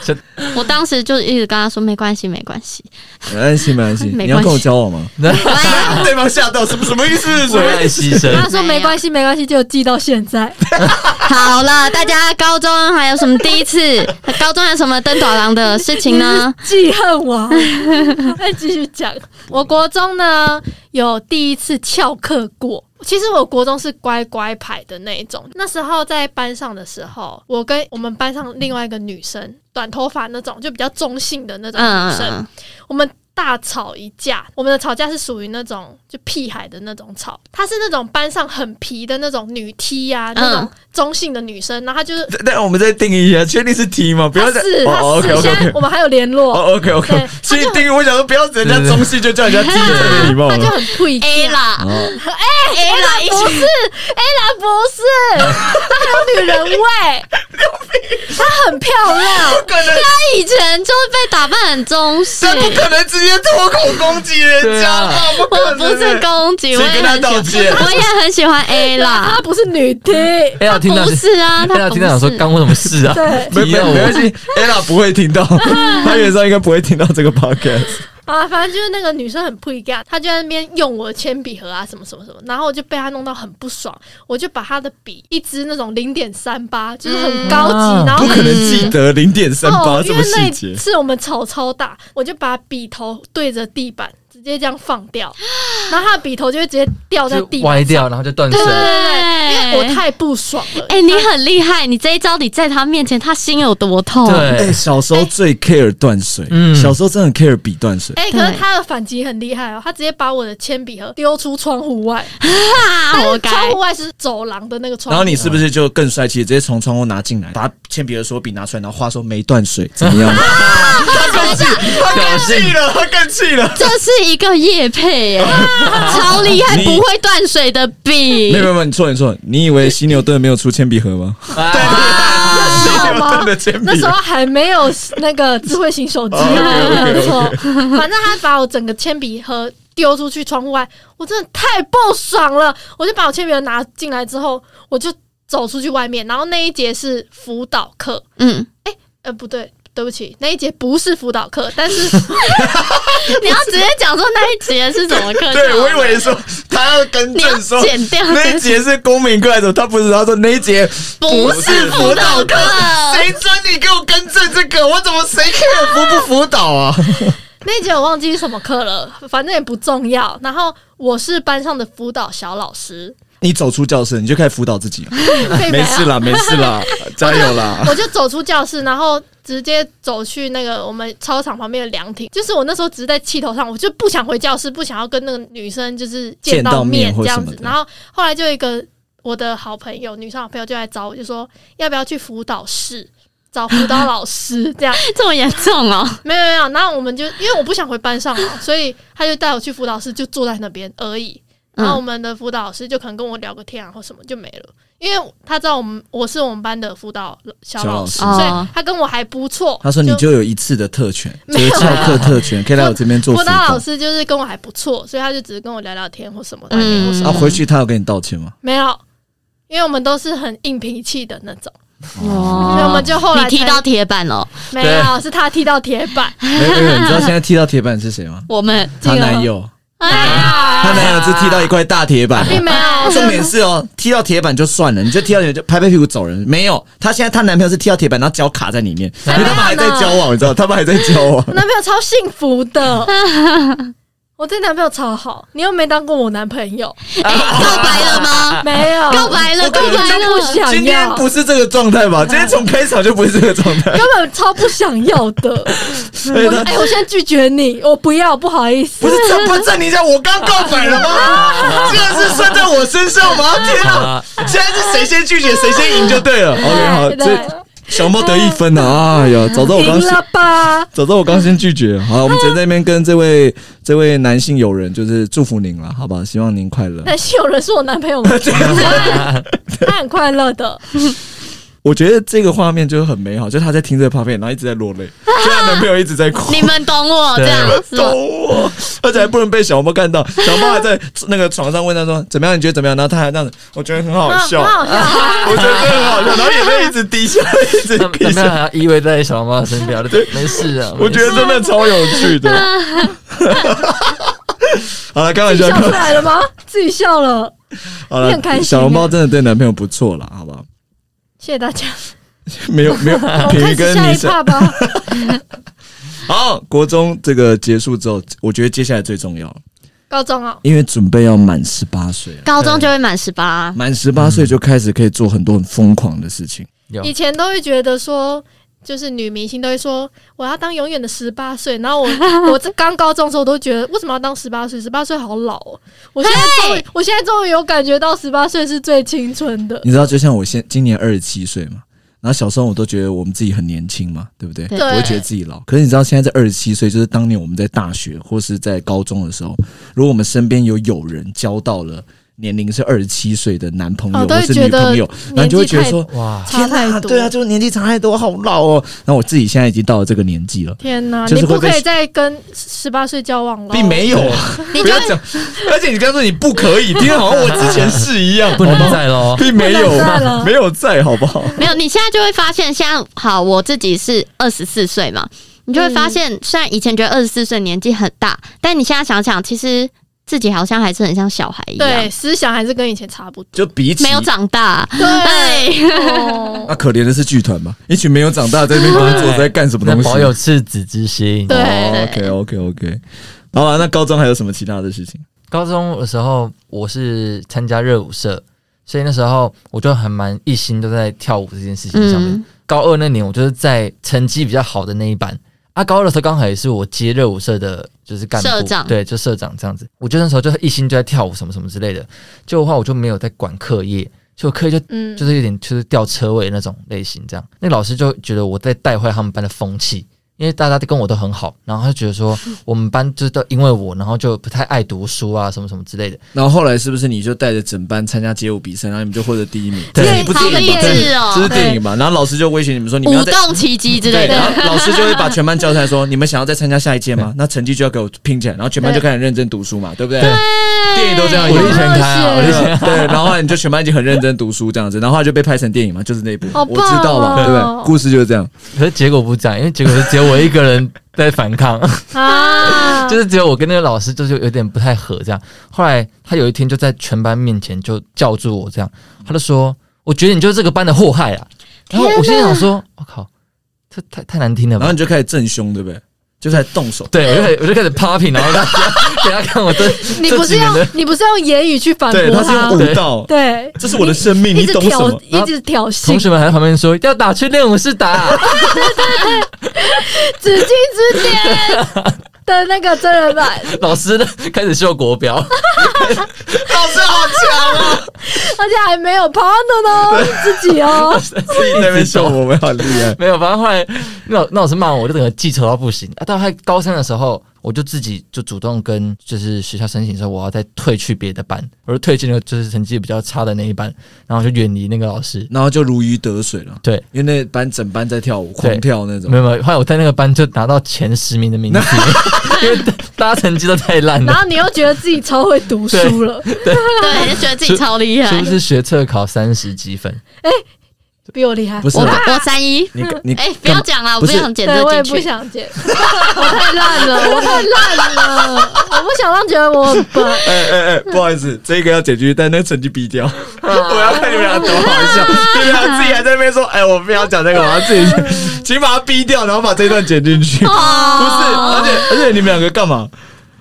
我当时就一直跟他说没关系，没关系，
没关系，没关系，
没
你
关系
要跟我交往吗？对方吓到，什么什么意思？什
为
么
爱牺牲
他。说没关系，没关系，就记到
[laughs]
现在。
[laughs] 好了，大家高中还有什么第一 [laughs] 次？高中还有什么登短廊的事情呢？
记
[laughs]
恨王，再继续讲。我国中呢有第一次翘课过。其实我国中是乖乖牌的那一种。那时候在班上的时候，我跟我们班上另外一个女生，短头发那种，就比较中性的那种
嗯
女
嗯
生，
嗯，
我们大吵一架，我们的吵架是属于那种就屁孩的那种吵，她是那种班上很皮的那种女 T 呀、那种
嗯
中性的女生，然后她就是
但我们再定义一下，确定是 T 吗？不
她
要再
是她
哦
是，
OK
现
OK
在
OK
我们还有联络，
哦 OK OK，
对
所以定义我想说，不要人家中性就叫人家 T，这没礼貌
她就
了。
很退
A
嫁。
啦
哦
，A 啦，一起
她不是，她有女人
[laughs]
味，她很漂亮，
不可能，
以前就被打扮很中性
这，不可能直接脱口攻击人
对
家吧
啊？
不
[laughs] 我
可
不
能，
是攻击，我
谁
也
跟他
很
道
喜
歉
欢，我也很喜
[laughs]
欢 A 啦
她，不是女 T。
哎呀，听到
不是啊，
哎呀，
他
听到想说刚为什么事啊？
对
[laughs]
没
提
没
到
没关
我
系，ella 不会听到，他原上应该不会听到这个 podcast。
啊，反正就是那个女生很不一样，她就在那边用我的铅笔盒啊，什么什么什么，然后我就被她弄到很不爽，我就把她的笔，一支那种零点三八，就是很高级，
嗯
然后
不可
很。
能记得零点三八
哦，
这
因
么
为
细
那
节，
次我们吵超大，我就把笔头对着地板，直接这样放掉， [gasps] 然后她的笔头就会直接掉在
就
地板。
歪掉，然后就断水
对对。对对，因为我太不爽了。
哎、你很厉害，你这一招你在他面前，他心有多痛？
哎、
对，
小时候最 care 断水，
嗯
小时候真的 care 笔断水。
哎、可是他的反击很厉害哦，他直接把我的铅笔盒丢出窗户外，
啊，活该！
窗户外是走廊的那个窗户。
然后你是不是就更帅气，直接从窗户拿进来，把铅笔的手笔拿出来，然后话说没断水，怎么样？
哎挑衅。
了，他更气了。
这是一个叶配
[laughs]
耶，超厉害，
你
不会断水的笔
没有没有没有，你错了你错了，你以为犀牛顿没有出铅笔盒吗？
啊
知道吗？
的铅
[laughs] 那时候还没有那个智慧型手机，
哦
没错。反正他把我整个铅笔盒丢出去窗户外，我真的太不爽了。我就把我铅笔盒拿进来之后，我就走出去外面。然后那一节是辅导课，
嗯，
呃，不对，对不起，那一节不是辅导课，但是 [laughs]
你要直接讲说那一节是什么课？
对，我以为说他要更
你要
正说。
剪掉
那一节是公民课还是什么？他不是，他说那一节
不是辅导课，
谁准你给我更正这个？我怎么谁 care 辅不辅导啊？
那一节我忘记是什么课了，反正也不重要。然后我是班上的辅导小老师，
你走出教室，你就开始辅导自
[laughs]
己了。
被
没事
[laughs]
啦，没事啦，加油啦！ [laughs]
我就走出教室，然后直接走去那个我们操场旁边的凉亭。就是我那时候只是在气头上，我就不想回教室，不想要跟那个女生就是
见到
到
面或
这样
什么
子。
的
然后后来就有一个我的好朋友，女生好朋友就来找我，就说要不要去辅导室。找辅导老师
[laughs]
这样，
这么严重哦？
没有没有，然后我们就因为我不想回班上嘛，所以他就带我去辅导室，就坐在那边而已。然后我
嗯，
们的辅导老师就可能跟我聊个天啊或什么就没了，因为他知道我们我是我们班的辅导小老师，
小
老师
所
哦
以他跟我还不错。
他说你就有一次的特权，就
[laughs] 没
是
有
翘课特权，可以来我这边做
辅
辅
导
导
老。师就是跟我还不错，所以他就只是跟我聊聊天或什么的，没有什
嗯
啊，
么
回去他有跟你道歉吗？
没有，因为我们都是很硬脾气的那种。
哦
所以我们就后来
你踢
才
到铁板哦了，
没有，是他踢到铁板。
[laughs] 没有没有，你知道现在踢到铁板是谁
[laughs]
吗？
我们
她男友，
哎，
[laughs] 她男友是踢到一块大铁板。
并没有，
重点是哦，踢到铁板就算了，你就踢到铁板就拍拍屁股走人。没有，她现在她男朋友是踢到铁板，然后脚卡在里面，因
啊
为他们还在交往，你知道，他们还在交往。
我男朋友超幸福的。我对男朋友超好，你又没当过我男朋友，
哎告白了吗？
没有，
告白了，告
根本
白
就不
了，
[laughs] 想要，
今天不是这个状态吧？今天从开场就不是这个状态。
根本超不想要的。
[laughs] 所以
我
她
哎、我现在拒绝你，我不要，不好意思。
不是暂不暂停一下，我刚告白了吗？这个是算在我身上吗？天啊！现在是谁先拒绝谁先赢就对了。OK，好，
对
这小猫得一分了。哎呀，早知道我刚
哎赢了吧？
早知道我刚先拒绝。好，我们直接在那边跟这位这位男性友人，就是祝福您了，好吧？希望您快乐。
但是有人是我男朋
[laughs]
友吗？
啊
他很快乐的，
我觉得这个画面就是很美好，就是他在听这个 p 片，然后一直在落泪，就她男朋友一直在哭。 [laughs]
你们懂我这样是
懂
吗？
我，而且还不能被小猫看到。小猫还在那个床上问他说：“怎么样？你觉得怎么样？”然后他还这样子，我觉得很 [laughs] 好
[laughs]
笑，
啊很好
[laughs]
笑。
我觉得很好笑，然后眼泪一直滴下来，一 [laughs] 直
那
滴
那
下
没有
来。
还要依偎在小猫身边，对，没事啊。
我觉得真的超有趣
[laughs]
的。好了，开玩
自
笑
己，笑出来了吗？自己笑了，
好
你很开
了，
心
小笼包真的对男朋友不错了，好不好？
谢谢大
[laughs]
家。
没有没有，
我们
平
开
鱼
始
跟
下
你
一
是
趴吧。
好。国中这个结束之后，我觉得接下来最重要了，
高中哦，
因为准备要满十八岁了，
高中就会满十八，啊
满十八
嗯
岁就开始可以做很多很疯狂的事情。
有
以前都会觉得说。就是女明星都会说我要当永远的十八岁，然
[laughs]
后我我这刚高中的时候我都觉得为什么要当十八岁？十八岁好老哦！我现在终于我现在终于有感觉到十八岁是最青春的，
你知道，就像我现今年二十七岁嘛，然后小时候我都觉得我们自己很年轻嘛，对不对？
对
不会觉得自己老。可是你知道，现在这二十七岁，就是当年我们在大学或是在高中的时候，如果我们身边有友人交到了年龄是二十七岁的男朋友、
哦都
或
会
是
觉
女
得
朋友，然后你就会觉得说。
哇，
差
天
太
呐，
多
对啊，就是年纪差太多，好老哦。然后我自己现在已经到了这个年纪了，
天哪，
就是
你
会
不
被
可以再跟十八岁交往了，
并没有啊，
你
不
就
要讲。而且你刚说你不可以，听得好像我之前是一
[laughs]
样，
[laughs] 不能再喽。
并没有
不能再了
没有在，好不好？
没有，你现在就会发现，现在好，我自己是二十四岁嘛，你就会发现，
嗯
虽然以前觉得二十四岁年纪很大，但你现在想想，其实自己好像还是很像小孩一
对啊
样，
思想还是跟以前差
[laughs]
不多。
就比起
没有长大。哎
对，
那
哦
可怜的是剧团嘛，一群没有长大在那边工作在干什么
那
东西？
保有赤子之心。
对
哦、，OK OK OK。好啊了，那高中还有什么其他的事情？
高中的时候，我是参加热舞社，所以那时候我就很蛮一心都在跳舞这件事情上面。
嗯
高二那年，我就是在成绩比较好的那一班。啊，高二的时候刚好也是我接热舞社的，就是干部，
社长
对，就社长这样子。我就那时候就一心就在跳舞什么什么之类的，就的话我就没有在管课业，就课业就
嗯，
就是有点就是掉车尾那种类型，这样。那老师就觉得我在带坏他们班的风气，因为大家都跟我都很好，然后他就觉得
[laughs]
说我们班就是都因为我，然后就不太爱读书啊，什么什么之类的。
然后后来是不是你就带着整班参加街舞比赛，然后你们就获得第一名？
对
这是一部
好
电影吧
励志
对
哦
这是电影吧？然后老师就威胁你们说，你们要
舞
在。
动奇迹之类
对，然
的，
后老师就会把全班叫出来说：“你们想要再参加下一届吗？那成绩就要给我拼起来。”然后全班就开始认真读书嘛，对不对？
哎
电影都这样，
我
有
力全开啊，我力全开。
对，然后后来你就全班已经很认真读书这样子，然后后来就被拍成电影嘛，就是那一部，
好棒
我知道嘛，
哦
对不对？故事就是这样。
可是结果不这样，因为结果是只有我一个人在反抗，
啊，
就是只有我跟那个老师就是有点不太合这样。后来他有一天就在全班面前就叫住我这样，他就说：“我觉得你就是这个班的祸害啊。”然后我心里想说：“我、靠，这太太难听了吧
然后？”你就开始正凶，对不对？就开始动手。
对，我就开始我就开始 popping，然后让大家 [laughs] 给他看我这
你
这
不是
几年
用
的
你不是用言语去反
[laughs] 对，
驳
他是用
对
武道，
对，
这是我的生命，
一
你
直
懂什
挑
么？
一直挑
同
衅，
学们还在旁边说要打去练武室打，啊
紫禁之巅的那个真
[laughs]
人版，
[laughs] 老师呢开始秀国标，
老师好强啊！
而且还没有 partner 哦，自
[laughs]
己哦，
自己在
[laughs]
那边笑我们好厉害。
没有，反正后来那老那老师骂我，我就整个记仇到不行。啊，到他高三的时候，我就自己就主动跟就是学校申请说我要再退去别的班，我就退去那个就是成绩比较差的那一班，然后就远离那个老师。
[laughs] 然后就如鱼得水了，
对，
因为那班整班在跳舞，
对
狂跳那种
没。有没有，后来我在那个班就拿到前十名的
[laughs]
名次，因为大家成绩都太烂
然
了，
后你又觉得自己超会读书了，
对，就觉得自己超厉
是
害
不。是学测考三十几分？
比我厉害
不。是
我
啦
我三一，
你你
哎，不要讲了，
嗯
我
不
不
是
想剪
对，我
这
也
进
不
去。
想剪，我太
[laughs]
烂了，我太烂了，我不想让觉得我很笨。
哎哎哎，不好意思，这个要解决，但那个成绩比
啊
掉。 [laughs] 我要看你们俩多好
[laughs]
笑，你们俩自己还在那边说，哎，我不要讲这个，我要自己，请把它逼掉，然后把这段剪进去。不是，
哦
而且而且你们两个干嘛？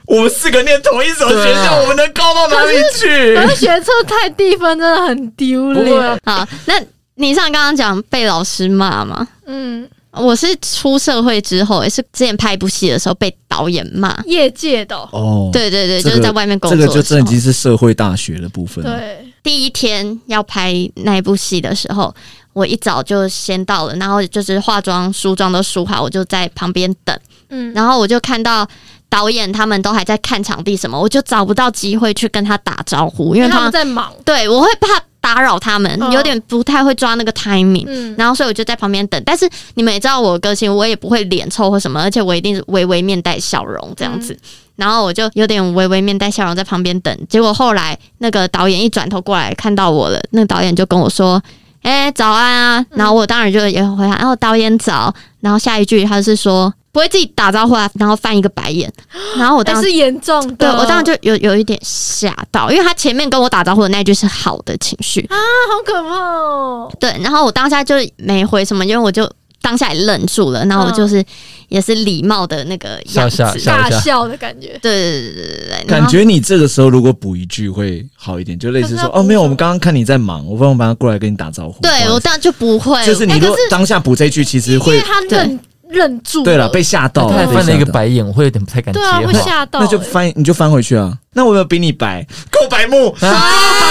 我们四个念同一所学
对啊
校，我们能高到哪里去？
可是学测太低分真的很丢
不会啊
脸。
好，那你像刚刚讲被老师骂吗？
嗯，
我是出社会之后，也是之前拍一部戏的时候被导演骂。
业界的哦、
哦，
对对对，
这个
就是在外面工
这
作的
个
时候，
就真的已经是社会大学的部分了。
对，
第一天要拍那一部戏的时候，我一早就先到了，然后就是化妆、梳妆都梳好，我就在旁边等，
嗯，
然后我就看到。导演他们都还在看场地什么，我就找不到机会去跟他打招呼，因
因
为
为
哦
他们
他们在忙，
对我会怕打扰他们，
嗯
有点不太会抓那个 timing。
嗯，
然后所以我就在旁边等。但是你们也知道我的个性，我也不会脸臭或什么，而且我一定是微微面带笑容这样子。
嗯
然后我就有点微微面带笑容在旁边等。结果后来那个导演一转头过来看到我了，那个导演就跟我说。哎、早安啊！
嗯
然后我当然就也回答，哦，导演早。啊然后下一句他是说不会自己打招呼啊，然后翻一个白
[gasps]
眼。然后我当
但
时
是严重的，
对我当然就有有一点吓到，因为他前面跟我打招呼的那句是好的情绪，
啊，好可怕哦，
对，然后我当下就没回什么，因为我就当下也愣住了，然后我就是也是礼貌的那个样子，
笑笑笑
大笑的感觉，
对对对对对，然
感
后
觉你这个时候如果补一句会好一点，就类似
可是
说
要补
哦，没有，
什么
我们刚刚看你在忙，我帮我帮他过来跟你打招呼。不好意
对
思
我当然就不会，
就是你
哎
如果
可是
当下补这句，其实
因为
会
他愣愣住，
对了，被吓到
他
了，
还
哦被
翻了一
吓
个
到，
白眼，我会有点不太敢接
对啊，
话
会。吓到、
那就
欸。
翻你就翻回去啊。那我有没有比你白？够白目，
啊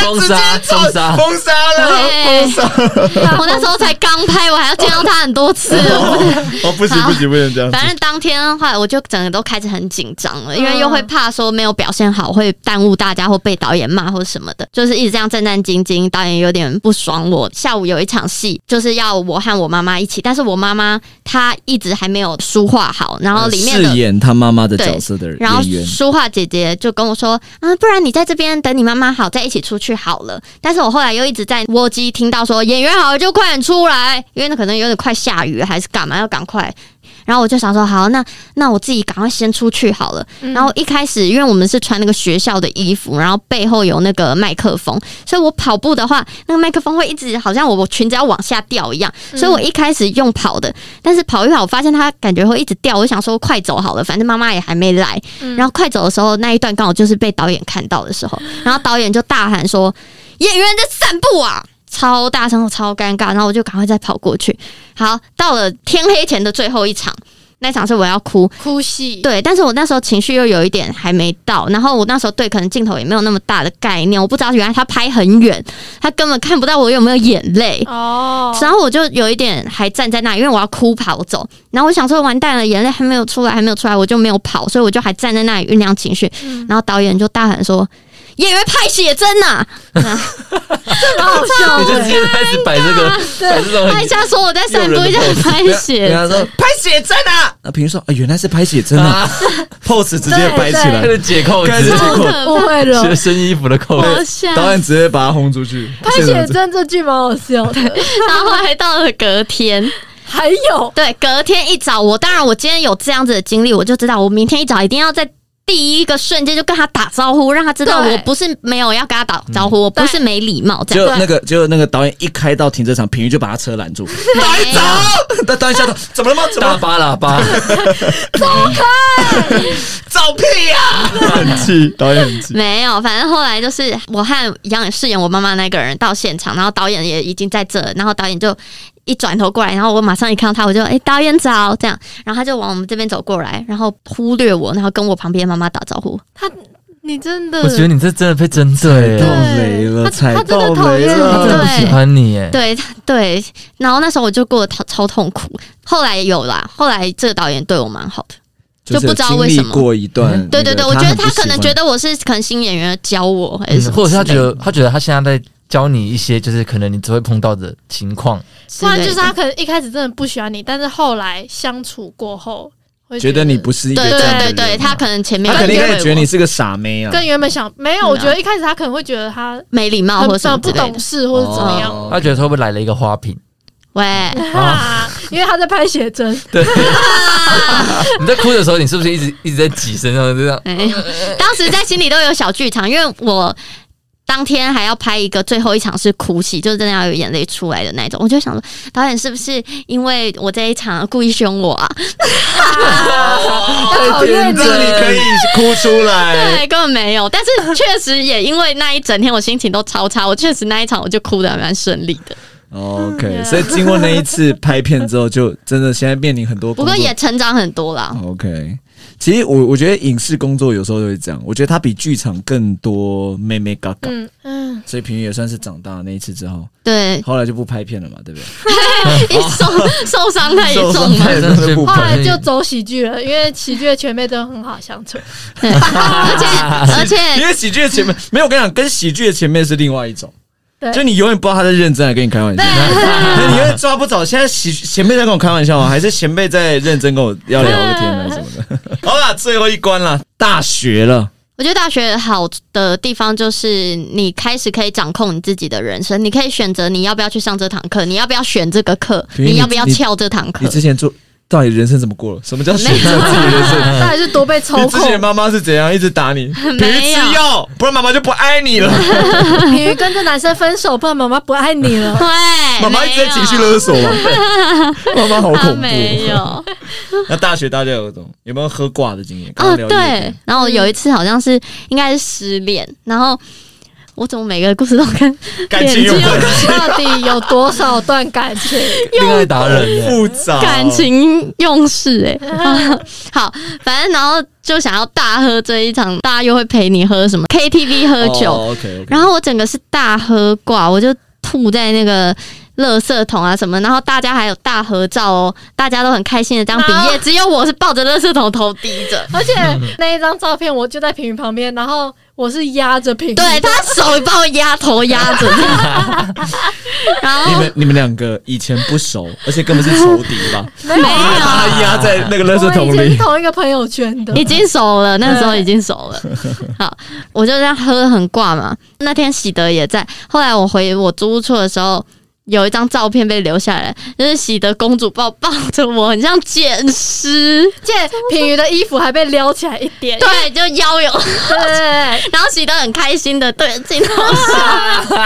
封杀，封杀，
封杀
哎
了，
对，
啊
我那时候才刚拍，我还要见到他很多次，我
哦，不行
好
不行不能这样子嗯
反。正当天的话，我就整个都开始很紧张了，因为又会怕说没有表现好会耽误大家或被导演骂或什么的，就是一直这样战战兢兢。导演有点不爽我。下午有一场戏，就是要我和我妈妈一起，但是我妈妈她一直还没有梳化好，然后里面的
饰演他妈妈的
对
角色的
然后
演员，
书画姐姐就跟我说啊，不然你在这边等你妈妈好，再一起出去好了。但是我后来又一直在窝机听到说演员好了就快点出来，因为那可能有点快下雨还是干嘛，要赶快。然后我就想说，好，那那我自己赶快先出去好了。然后一开始，因为我们是穿那个学校的衣服，然后背后有那个麦克风，所以我跑步的话，那个麦克风会一直好像我我裙子要往下掉一样，所以我一开始用跑的，但是跑一跑，我发现它感觉会一直掉，我就想说快走好了，反正妈妈也还没来。然后快走的时候，那一段刚好就是被导演看到的时候，然后导演就大喊说：“演员在散步啊！”超大声，我超尴尬，然后我就赶快再跑过去。好，到了天黑前的最后一场，那一场是我要哭，
哭戏，
对，但是我那时候情绪又有一点还没到，然后我那时候对可能镜头也没有那么大的概念，我不知道原来他拍很远，他根本看不到我有没有眼泪。
哦，
然后我就有一点还站在那里，因为我要哭跑走。然后我想说，完蛋了，眼泪还没有出来，还没有出来，我就没有跑，所以我就还站在那里酝酿情绪。
嗯
然后导演就大喊说：“演员拍写真啊呐、
真的好笑
[laughs]
你就直接开始摆这个，
啊
摆这种
他一
很
下说我在散步，一下拍
[laughs]
写
人家啊说
真。
拍写真啊，那平时说啊原来是拍写真啊
啊，
[laughs] ，pose 直接摆起
开
来，
始解扣
开始
子
解，
好
扣
可
误
怕！
会了。
学生衣服的扣子。
哦
我吓
导演直接把他轰出去。
拍
现场
写真这句蛮好笑的，
然后还到了隔天，
还有
对，隔天一早，我当然我今天有这样子的经历，我就知道我明天一早一定要在第一个瞬间就跟他打招呼，让他知道
对
我不是没有要跟他打招呼，我不是没礼貌这
就
样。
那个，就那个导演一开到停车场，平宇就把他车拦住，导演走， [laughs] 那导演吓到，怎么了吗？怎么
大
了
巴喇叭，
照屁呀？很气，导演很气。
没有，反正后来就是我和杨饰演我妈妈那个人到现场，然后导演也已经在这了，然后导演就一转头过来，然后我马上一看到他，我就哎、导演早这样，然后他就往我们这边走过来，然后忽略我，然后跟我旁边妈妈打招呼。
他，你真的，
我觉得你这真的被针对
爆
哎了，
雷了，
他
踩
哎
他真的
爆
讨
雷
厌
他真
了
的。不喜欢你耶。
对他对，然后那时候我就过得超超痛苦。后来有啦，后来这个导演对我蛮好的。就不知道为什么
就
嗯
是有经历过一段，
对对对，我觉得他可能觉
得
得我是可能新演员教我还是什
嗯
么
或者
之类的，
是他觉得他觉得他现在在教你一些，就是可能你只会碰到的情况，
不然就是他可能一开始真的不喜欢你，但是后来相处过后，会
觉得你不是一个
对
这样的
对对对，
人
他
嘛
可能前面
他肯定
会
一
认
开
为
始觉得你
我
是个傻妹啊，
跟原本想没
嗯
有，
啊
我觉得一开始他可能会觉得他
没礼貌
很
或什么
不
之类
懂
的。
事或者怎么 [laughs] 样。
哦
他觉得会不会来了一个花瓶？
喂，哎
[laughs]
啊，因为他在拍写真，
对，你在哭的时候，你是不是一直一直在挤身上这样？
没有，当时在心里都有小剧场，因为我当天还要拍一个最后一场是哭戏，就是真的要有眼泪出来的那种。我就想说，导演是不是因为我这一场故意凶我
[laughs]
啊？
好
天
认
真，
真。
你可以哭出 [laughs] 来。
对，根本没有。但是确实也因为那一整天我心情都超差，我确实那一场我就哭的蛮顺利的。
哦 OK，所以经过那一次拍片之后，就真的现在面临很多
不
工
过
作。哦
也成长很多啦。
OK，其实我我觉得影视工作有时候就是这样，我觉得它比剧场更多妹妹嘎嘎。
嗯嗯，
所以平宇也算是长大那一次之后， [laughs]
对，
后来就不拍片了嘛，对不对？
一受受伤太
受
严
伤
重了
太。对真的不
后来就
就
走喜剧了，因为喜剧的前辈都很好相 [laughs] 处。
对，
[laughs]
而且而 [laughs] 且
因为喜剧的前面没有，我跟你讲，跟喜剧的前面是另外一种，
对，
就你永远不知道他在认真来跟你开玩笑，那 [laughs] 你永远抓不着。现在喜前辈在跟我开玩
[laughs]
笑吗？还是前辈在认真跟我要聊个天啊什么
[laughs]
的？好啦，最后一关啦，大学了。
我觉得大学好的地方就是你开始可以掌控你自己的人生，你可以选择你要不要去上这堂课，你要不要选这个课，
比如你
你要不要翘这堂
你
课。
之前做到底人生怎么过了？什么叫选择自己人
[laughs]
生？
到底是多被抽
你之前的
空？
妈妈是怎样一直打你？别
没有
吃药，不然妈妈就不爱你了。
比如跟这男生分手，不然妈妈不爱你了。
对，
妈妈一直在
没有
情绪勒
[laughs]
索嘛，妈妈好
他
恐
没
怖。
有
那大学大家有种有没有喝挂的经验？刚
哦，
刚聊夜
对
店，。
然后有一次好像是应该是失恋，然后我怎么每个故事都跟
感情有
恋
很
到底有多少段感 [laughs] 情？
恋爱达人呢？
复杂，
感情用事哎、
[laughs]
欸，好，反正然后就想要大喝这一场，大家又会陪你喝什么 KTV 喝酒，
OK OK。
然后我整个是大喝挂，我就吐在那个垃圾桶啊什么，然后大家还有大合照哦，大家都很开心的这样比耶，只有我是抱着垃圾桶头低着，
而且那一张照片我就在平云旁边，然后我是压着平
[laughs]
云，
对他手把我压头压 [laughs] 着，然
你
后
们你们两个以前不熟，而且根本是仇敌
[laughs] 啊
吧？
没有，啊
把他压在那个垃圾
我
桶
们以前是
里。
啊同一个朋友圈的。
已经熟了，那个时候已经熟 [laughs] 了。好，我就这样喝得很挂嘛。那天喜德也在，后来我回我租屋处的时候。有一张照片被留下来，就是喜德公主抱抱着我，很像捡尸。
而且品瑜的衣服还被撩起来一点，
对，就腰有，
对，
然后喜德很开心的对着镜头笑，
对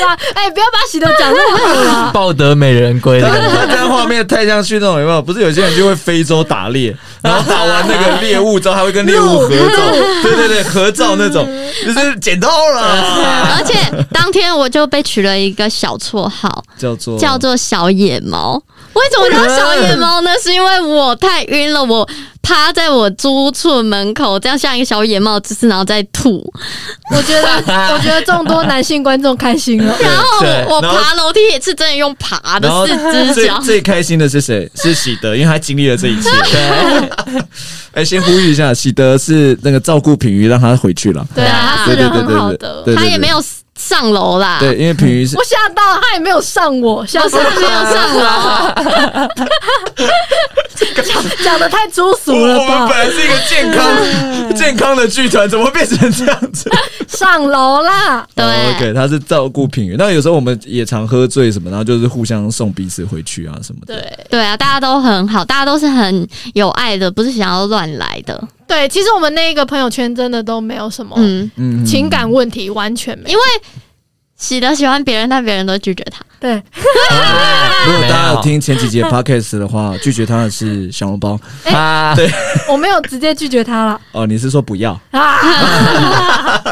吧？哎，不要把喜德讲那么啊 [laughs] 好了。
抱得美人归
他
的，
他这样画面太像去那种有没有？不是有些人就会非洲打 [laughs] 猎，然后打完那个猎物之后，还会跟猎物 [laughs] 合照，对对对，合照那 [laughs] 种，就是捡到 [laughs] 了，
而且当天我就被取了一个小绰号，
叫做
叫做小野猫。为什么叫小野猫呢？是因为我太晕了，我趴在我租屋处门口，这样像一个小野猫的姿势，然后再吐。
我觉得，我觉得众多男性观众开心了。
然后
对
哦我我
然后
爬楼梯也是真的用爬的
然后
四只
最
脚。
最开心的是谁？是喜德，因为他经历了
[laughs]
这一切。 [laughs] 哎，先呼吁一下，喜德是那个照顾品瑜，让他回去了。
对啊，他
对
是
对
人
对
很好
对
的。
对，
他也没有上楼啦，
对，因为品瑜是
我吓到他也没有上我，吓
我
死
是没有上楼，
讲的太粗俗了吧？
来是一个健
[laughs]
康健康的剧团，怎么变成这样子？
上楼啦，
哦
对。
，OK，他是照顾品瑜。那有时候我们也常喝醉什么，然后就是互相送彼此回去啊什么的。
对
对啊，大家都很好，大家都是很有爱的，不是想要乱来的。
对，其实我们那一个朋友圈真的都没有什么
嗯，
嗯，嗯
情感问题，完全没有。
因为喜得喜欢别人，但别人都拒绝他。
对，
如果大家有听前几节 podcast 的话，拒绝他的是小笼包。
啊，
对
我没有直接拒绝他了
哦，你是说不要？
[laughs] 啊。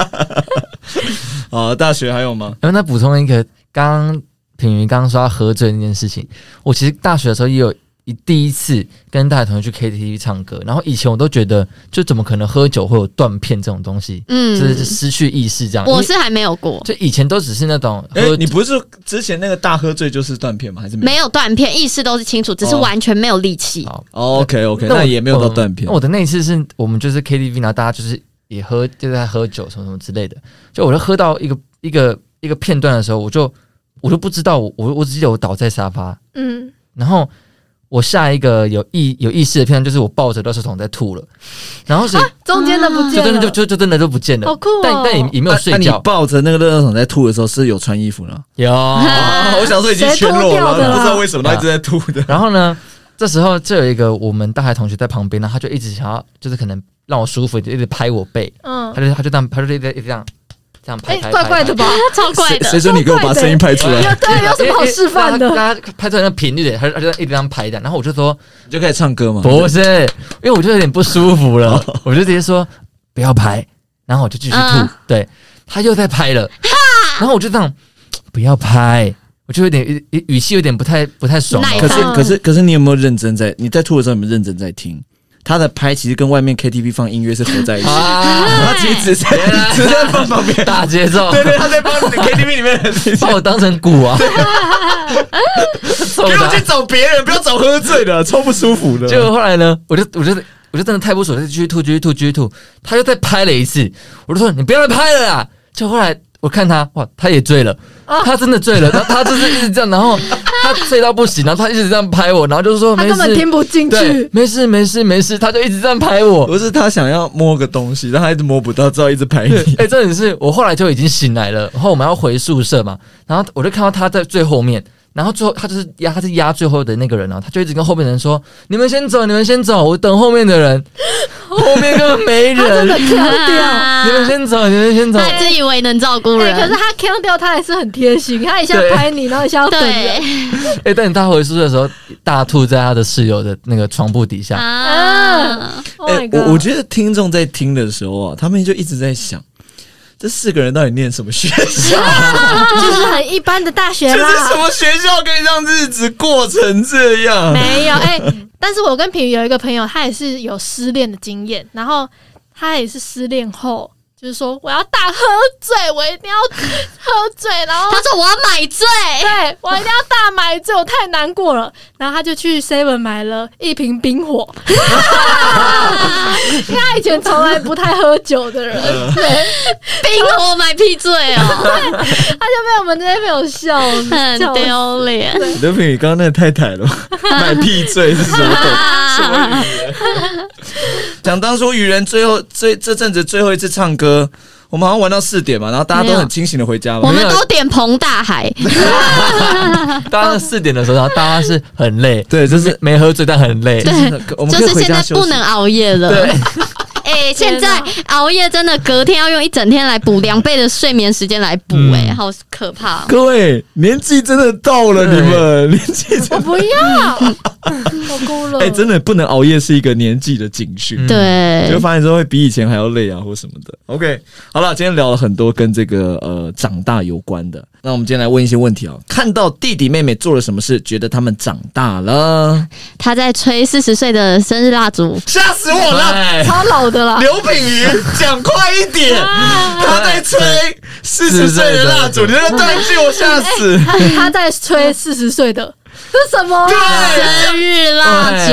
哦，大学还有吗？
然后再补充一个，刚刚品云刚刚说要喝醉那件事情，我其实大学的时候也有一第一次跟大学同学去 KTV 唱歌，然后以前我都觉得，就怎么可能喝酒会有断片这种东西，
嗯，
就是失去意识
啊
这样。
我是还没有过，
就以前都只是那种
哎、
喝，
你不是之前那个大喝醉就是断片吗？还是没有？
没有断片，意识都是清楚，只是
嗯哦
完全没有力气。
好
OK OK，
那我
哦那也没有到断片
那。我的那一次是我们就是 KTV，然后大家就是也喝，就是在喝酒什么什么之类的。就我就喝到一个一个一个片段的时候，我就我就不知道我我我只记得我倒在沙发，
嗯，
然后我下一个有意有意识的片段就是我抱着垃圾桶在吐了，然后是、
中间的不
就
啊
啊
见
真
了，
的就就就真的就不见了，
好酷哦
但但也也没有睡
那你
觉，
抱着那个热热桶在吐的时候是有穿衣服呢？
有。
啊，我想说已经全裸了，不知道为什么他一直在吐的。
[laughs] 然后呢，这时候就有一个我们大学同学在旁边，然后他就一直想要，就是可能让我舒服，就一直拍我背，
嗯
他，就他就这样，他就一直一直这样这样拍
哎
拍，，
怪怪的
拍。
吧？
超怪的
[laughs] 谁，说你给我把声音拍
哎
出来？哎
有对，有什么好示范的？
大家拍出来那频率的，他就他就一直这样拍的，然后我就说
你就开始唱歌嘛？
[laughs] 不是，因为我就有点不舒服了，我就直接说不要拍，然后我就继续吐
嗯，
对他又在拍了，然后我就这样不要拍，我就有点语语语气有点不太不太爽啊
耐
了
可
烦
是可是可是你有没有认真在？你在吐的时候有没有认真在听？他的拍其实跟外面 KTV 放音乐是合在一起，
啊，
他其实只在只在放旁边。
大节奏，
对对，他在放 KTV 里面的
[laughs]
音
把
乐。
我当成鼓
[laughs]
啊！
给
给
我去找别人，不要找喝醉的，超不舒服
[laughs]
的。
结果后来呢，我就我就我就真的太不爽，就继续吐，继续吐，继续吐。他又再拍了一次，我就说你不要再拍了啦。就后来我看他，哇，他也醉了，
啊
他真的醉
[laughs]
了，他他就是一直这样，然后他醉到不行，然后他一直这样拍我，然后就说
他
没
根本听
事，
不进
对
去，，
没事没事没事，他就一直这样拍我。
不是他想要摸个东西，但他一直摸不到，只好一直拍
对，
你。
[laughs] 哎、真的是，我后来就已经醒来了，然后我们要回宿舍嘛，然后我就看到他在最后面，然后最后他就是压，他是压最后的那个人啊，他就一直跟后面的人说：“你们先走，你们先走，我等后面的人，后面根本没人，你们先走，你们先走。”
啊他自以为能照顾
对，
人，
哎可是他 kill 掉他还是很贴心，他一下
对
拍你，然后一下要等人，
对
哎、但他回宿舍的时候，大吐在他的室友的那个床铺底下。
啊，
Oh my
哎我我
god！
觉得听众在听的时候啊，他们就一直在想，这四个人到底念什么学校？
就是很一般的大学
这是
啦
什，么学校可以让日子过成这
[laughs]
样？
没有哎、但是我跟平宇有一个朋友，他也是有失恋的经验，然后他也是失恋后，就是说我要大喝醉，我一定要喝醉，然
[laughs]
后
他说我要买醉，
对我一定要大买醉，我太难过了。然后他就去 Seven 买了一瓶冰
[laughs]
火，因为他以前从来不太喝酒的
[laughs]
人，
嗯冰我买屁醉哦，
[laughs] 他就被我们这些朋友笑
很
笑死。
丢脸。
刘品宇刚刚那个太太了吧，买屁醉是什么
[laughs]
梗？
啊
想当初愚人最后最这阵子最后一次唱歌，我们好像玩到四点嘛，然后大家都
没
很
有
清醒的回家
我
嘛。
没
们
有
都点彭大海，
大家四点的时候，然后大家是很累，
[laughs] 对，就
就是是没喝醉但很累。
[laughs] 真的，我们
就
可以
是
回
现
家
在
休
不
息
能。熬夜了。
对，
[laughs] 哎、现
天哪
在熬夜真的隔天要用一整天来补两倍的睡眠时间来补、
嗯
哎、好可怕、哦。
各位年纪真的到了，
对
你们 [laughs] 年纪
我
真的
不要， [laughs] 我哭了。
哎，真的不能熬夜是一个年纪的警讯。
嗯
你会
对，
发现说会比以前还要累啊，或什么的。OK，好了，今天聊了很多跟这个呃长大有关的。那我们今天来问一些问题啊，看到弟弟妹妹做了什么事，觉得他们长大了，
他在吹四十岁的生日蜡烛，
[laughs] 吓死我 [laughs] 了！
哎
超老的啦，
刘品瑜，讲快一点，他在 [laughs] 吹四十岁的蜡烛，你那个断句我吓 [laughs] 死。
他他在吹四十岁的，这是什么啊？
生日蜡烛，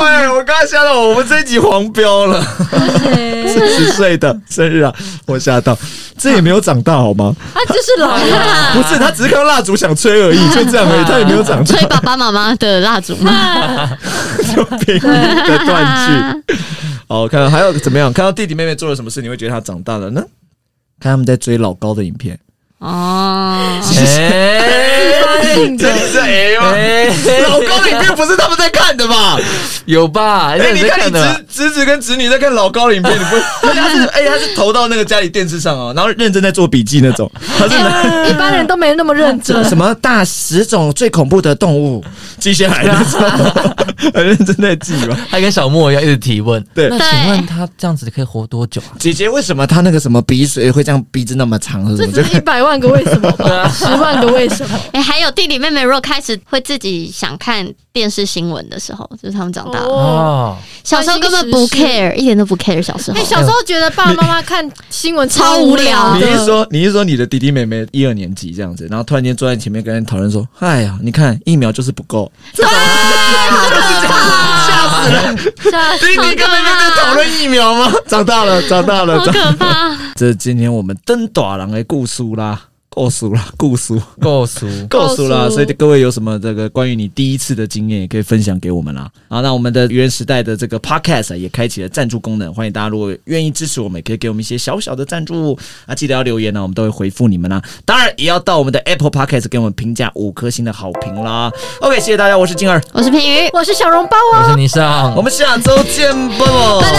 喂，哎我刚刚吓到我，我们这一集黄标了，
哎
四十岁的生日啊，我吓到，这也没有长大好吗？
他就是老了。
不是，他只是看到蜡烛想吹而已，就这样而已，他也没有长大
吹。爸爸妈妈的蜡烛
[laughs]
吗？
[laughs] 就拼的断句。好，看到还有怎么样？看到弟弟妹妹做了什么事，你会觉得他长大了呢？看他们在追老高的影片，
哦，
真的是 A 吗？
哎
老高的影片不是他们在看的吧？
有吧？哎
哎、你
在
看
看
你
的吧
侄侄子跟侄女在看老高的影片，你 [laughs] 不？而且他是哎、他是投到那个家里电视上哦，然后认真在做笔记那种。他是拿
一般人都没那么认
[laughs]
真，
什么大十种最恐怖的动物记下来那 [laughs] 种，很认真在记吧。
他跟小莫一样一直提问。
对
那请问他这样子可以活多久啊？
姐姐为什么她那个什么鼻水会这样鼻子那么长？是
这
什么？
只是一百万个为什么
啊
吧，十万个为什么。
哎、还有弟弟妹妹，如果开始会自己想看电视新闻的时候，就是他们长大了。
哦，
哦，
小时候根本不
关心时事
care，一点都不 care。小时候
哎，，
[laughs]
小时候觉得爸爸妈妈看新闻超无聊
好
你
的，
是说你是说你的弟弟妹妹一二年级这样子，然后突然间坐在前面跟人讨论说：“哎呀，你看疫苗就是不够。 [laughs]
吓”啊死
弟弟跟妹妹在讨论疫苗吗？长大了，长大了，
好
长。
可怕！
这今天我们登短郎的故事啦，够熟了，够熟，
够俗。
够熟了。
够熟
所以各位有什么这个关于你第一次的经验，也可以分享给我们啦。好，那我们的原时代的这个 podcast 啊也开启了赞助功能，欢迎大家如果愿意支持我们，也可以给我们一些小小的赞助啊，记得要留言呢、我们都会回复你们啦。当然也要到我们的 Apple podcast 给我们评价五颗星的好评啦。OK，谢谢大家，我是静儿，
我是平鱼，
我是小笼包哦。
我是霓裳，
我们下周见，拜
拜拜。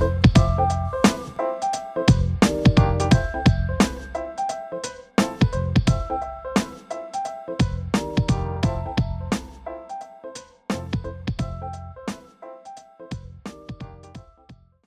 拜。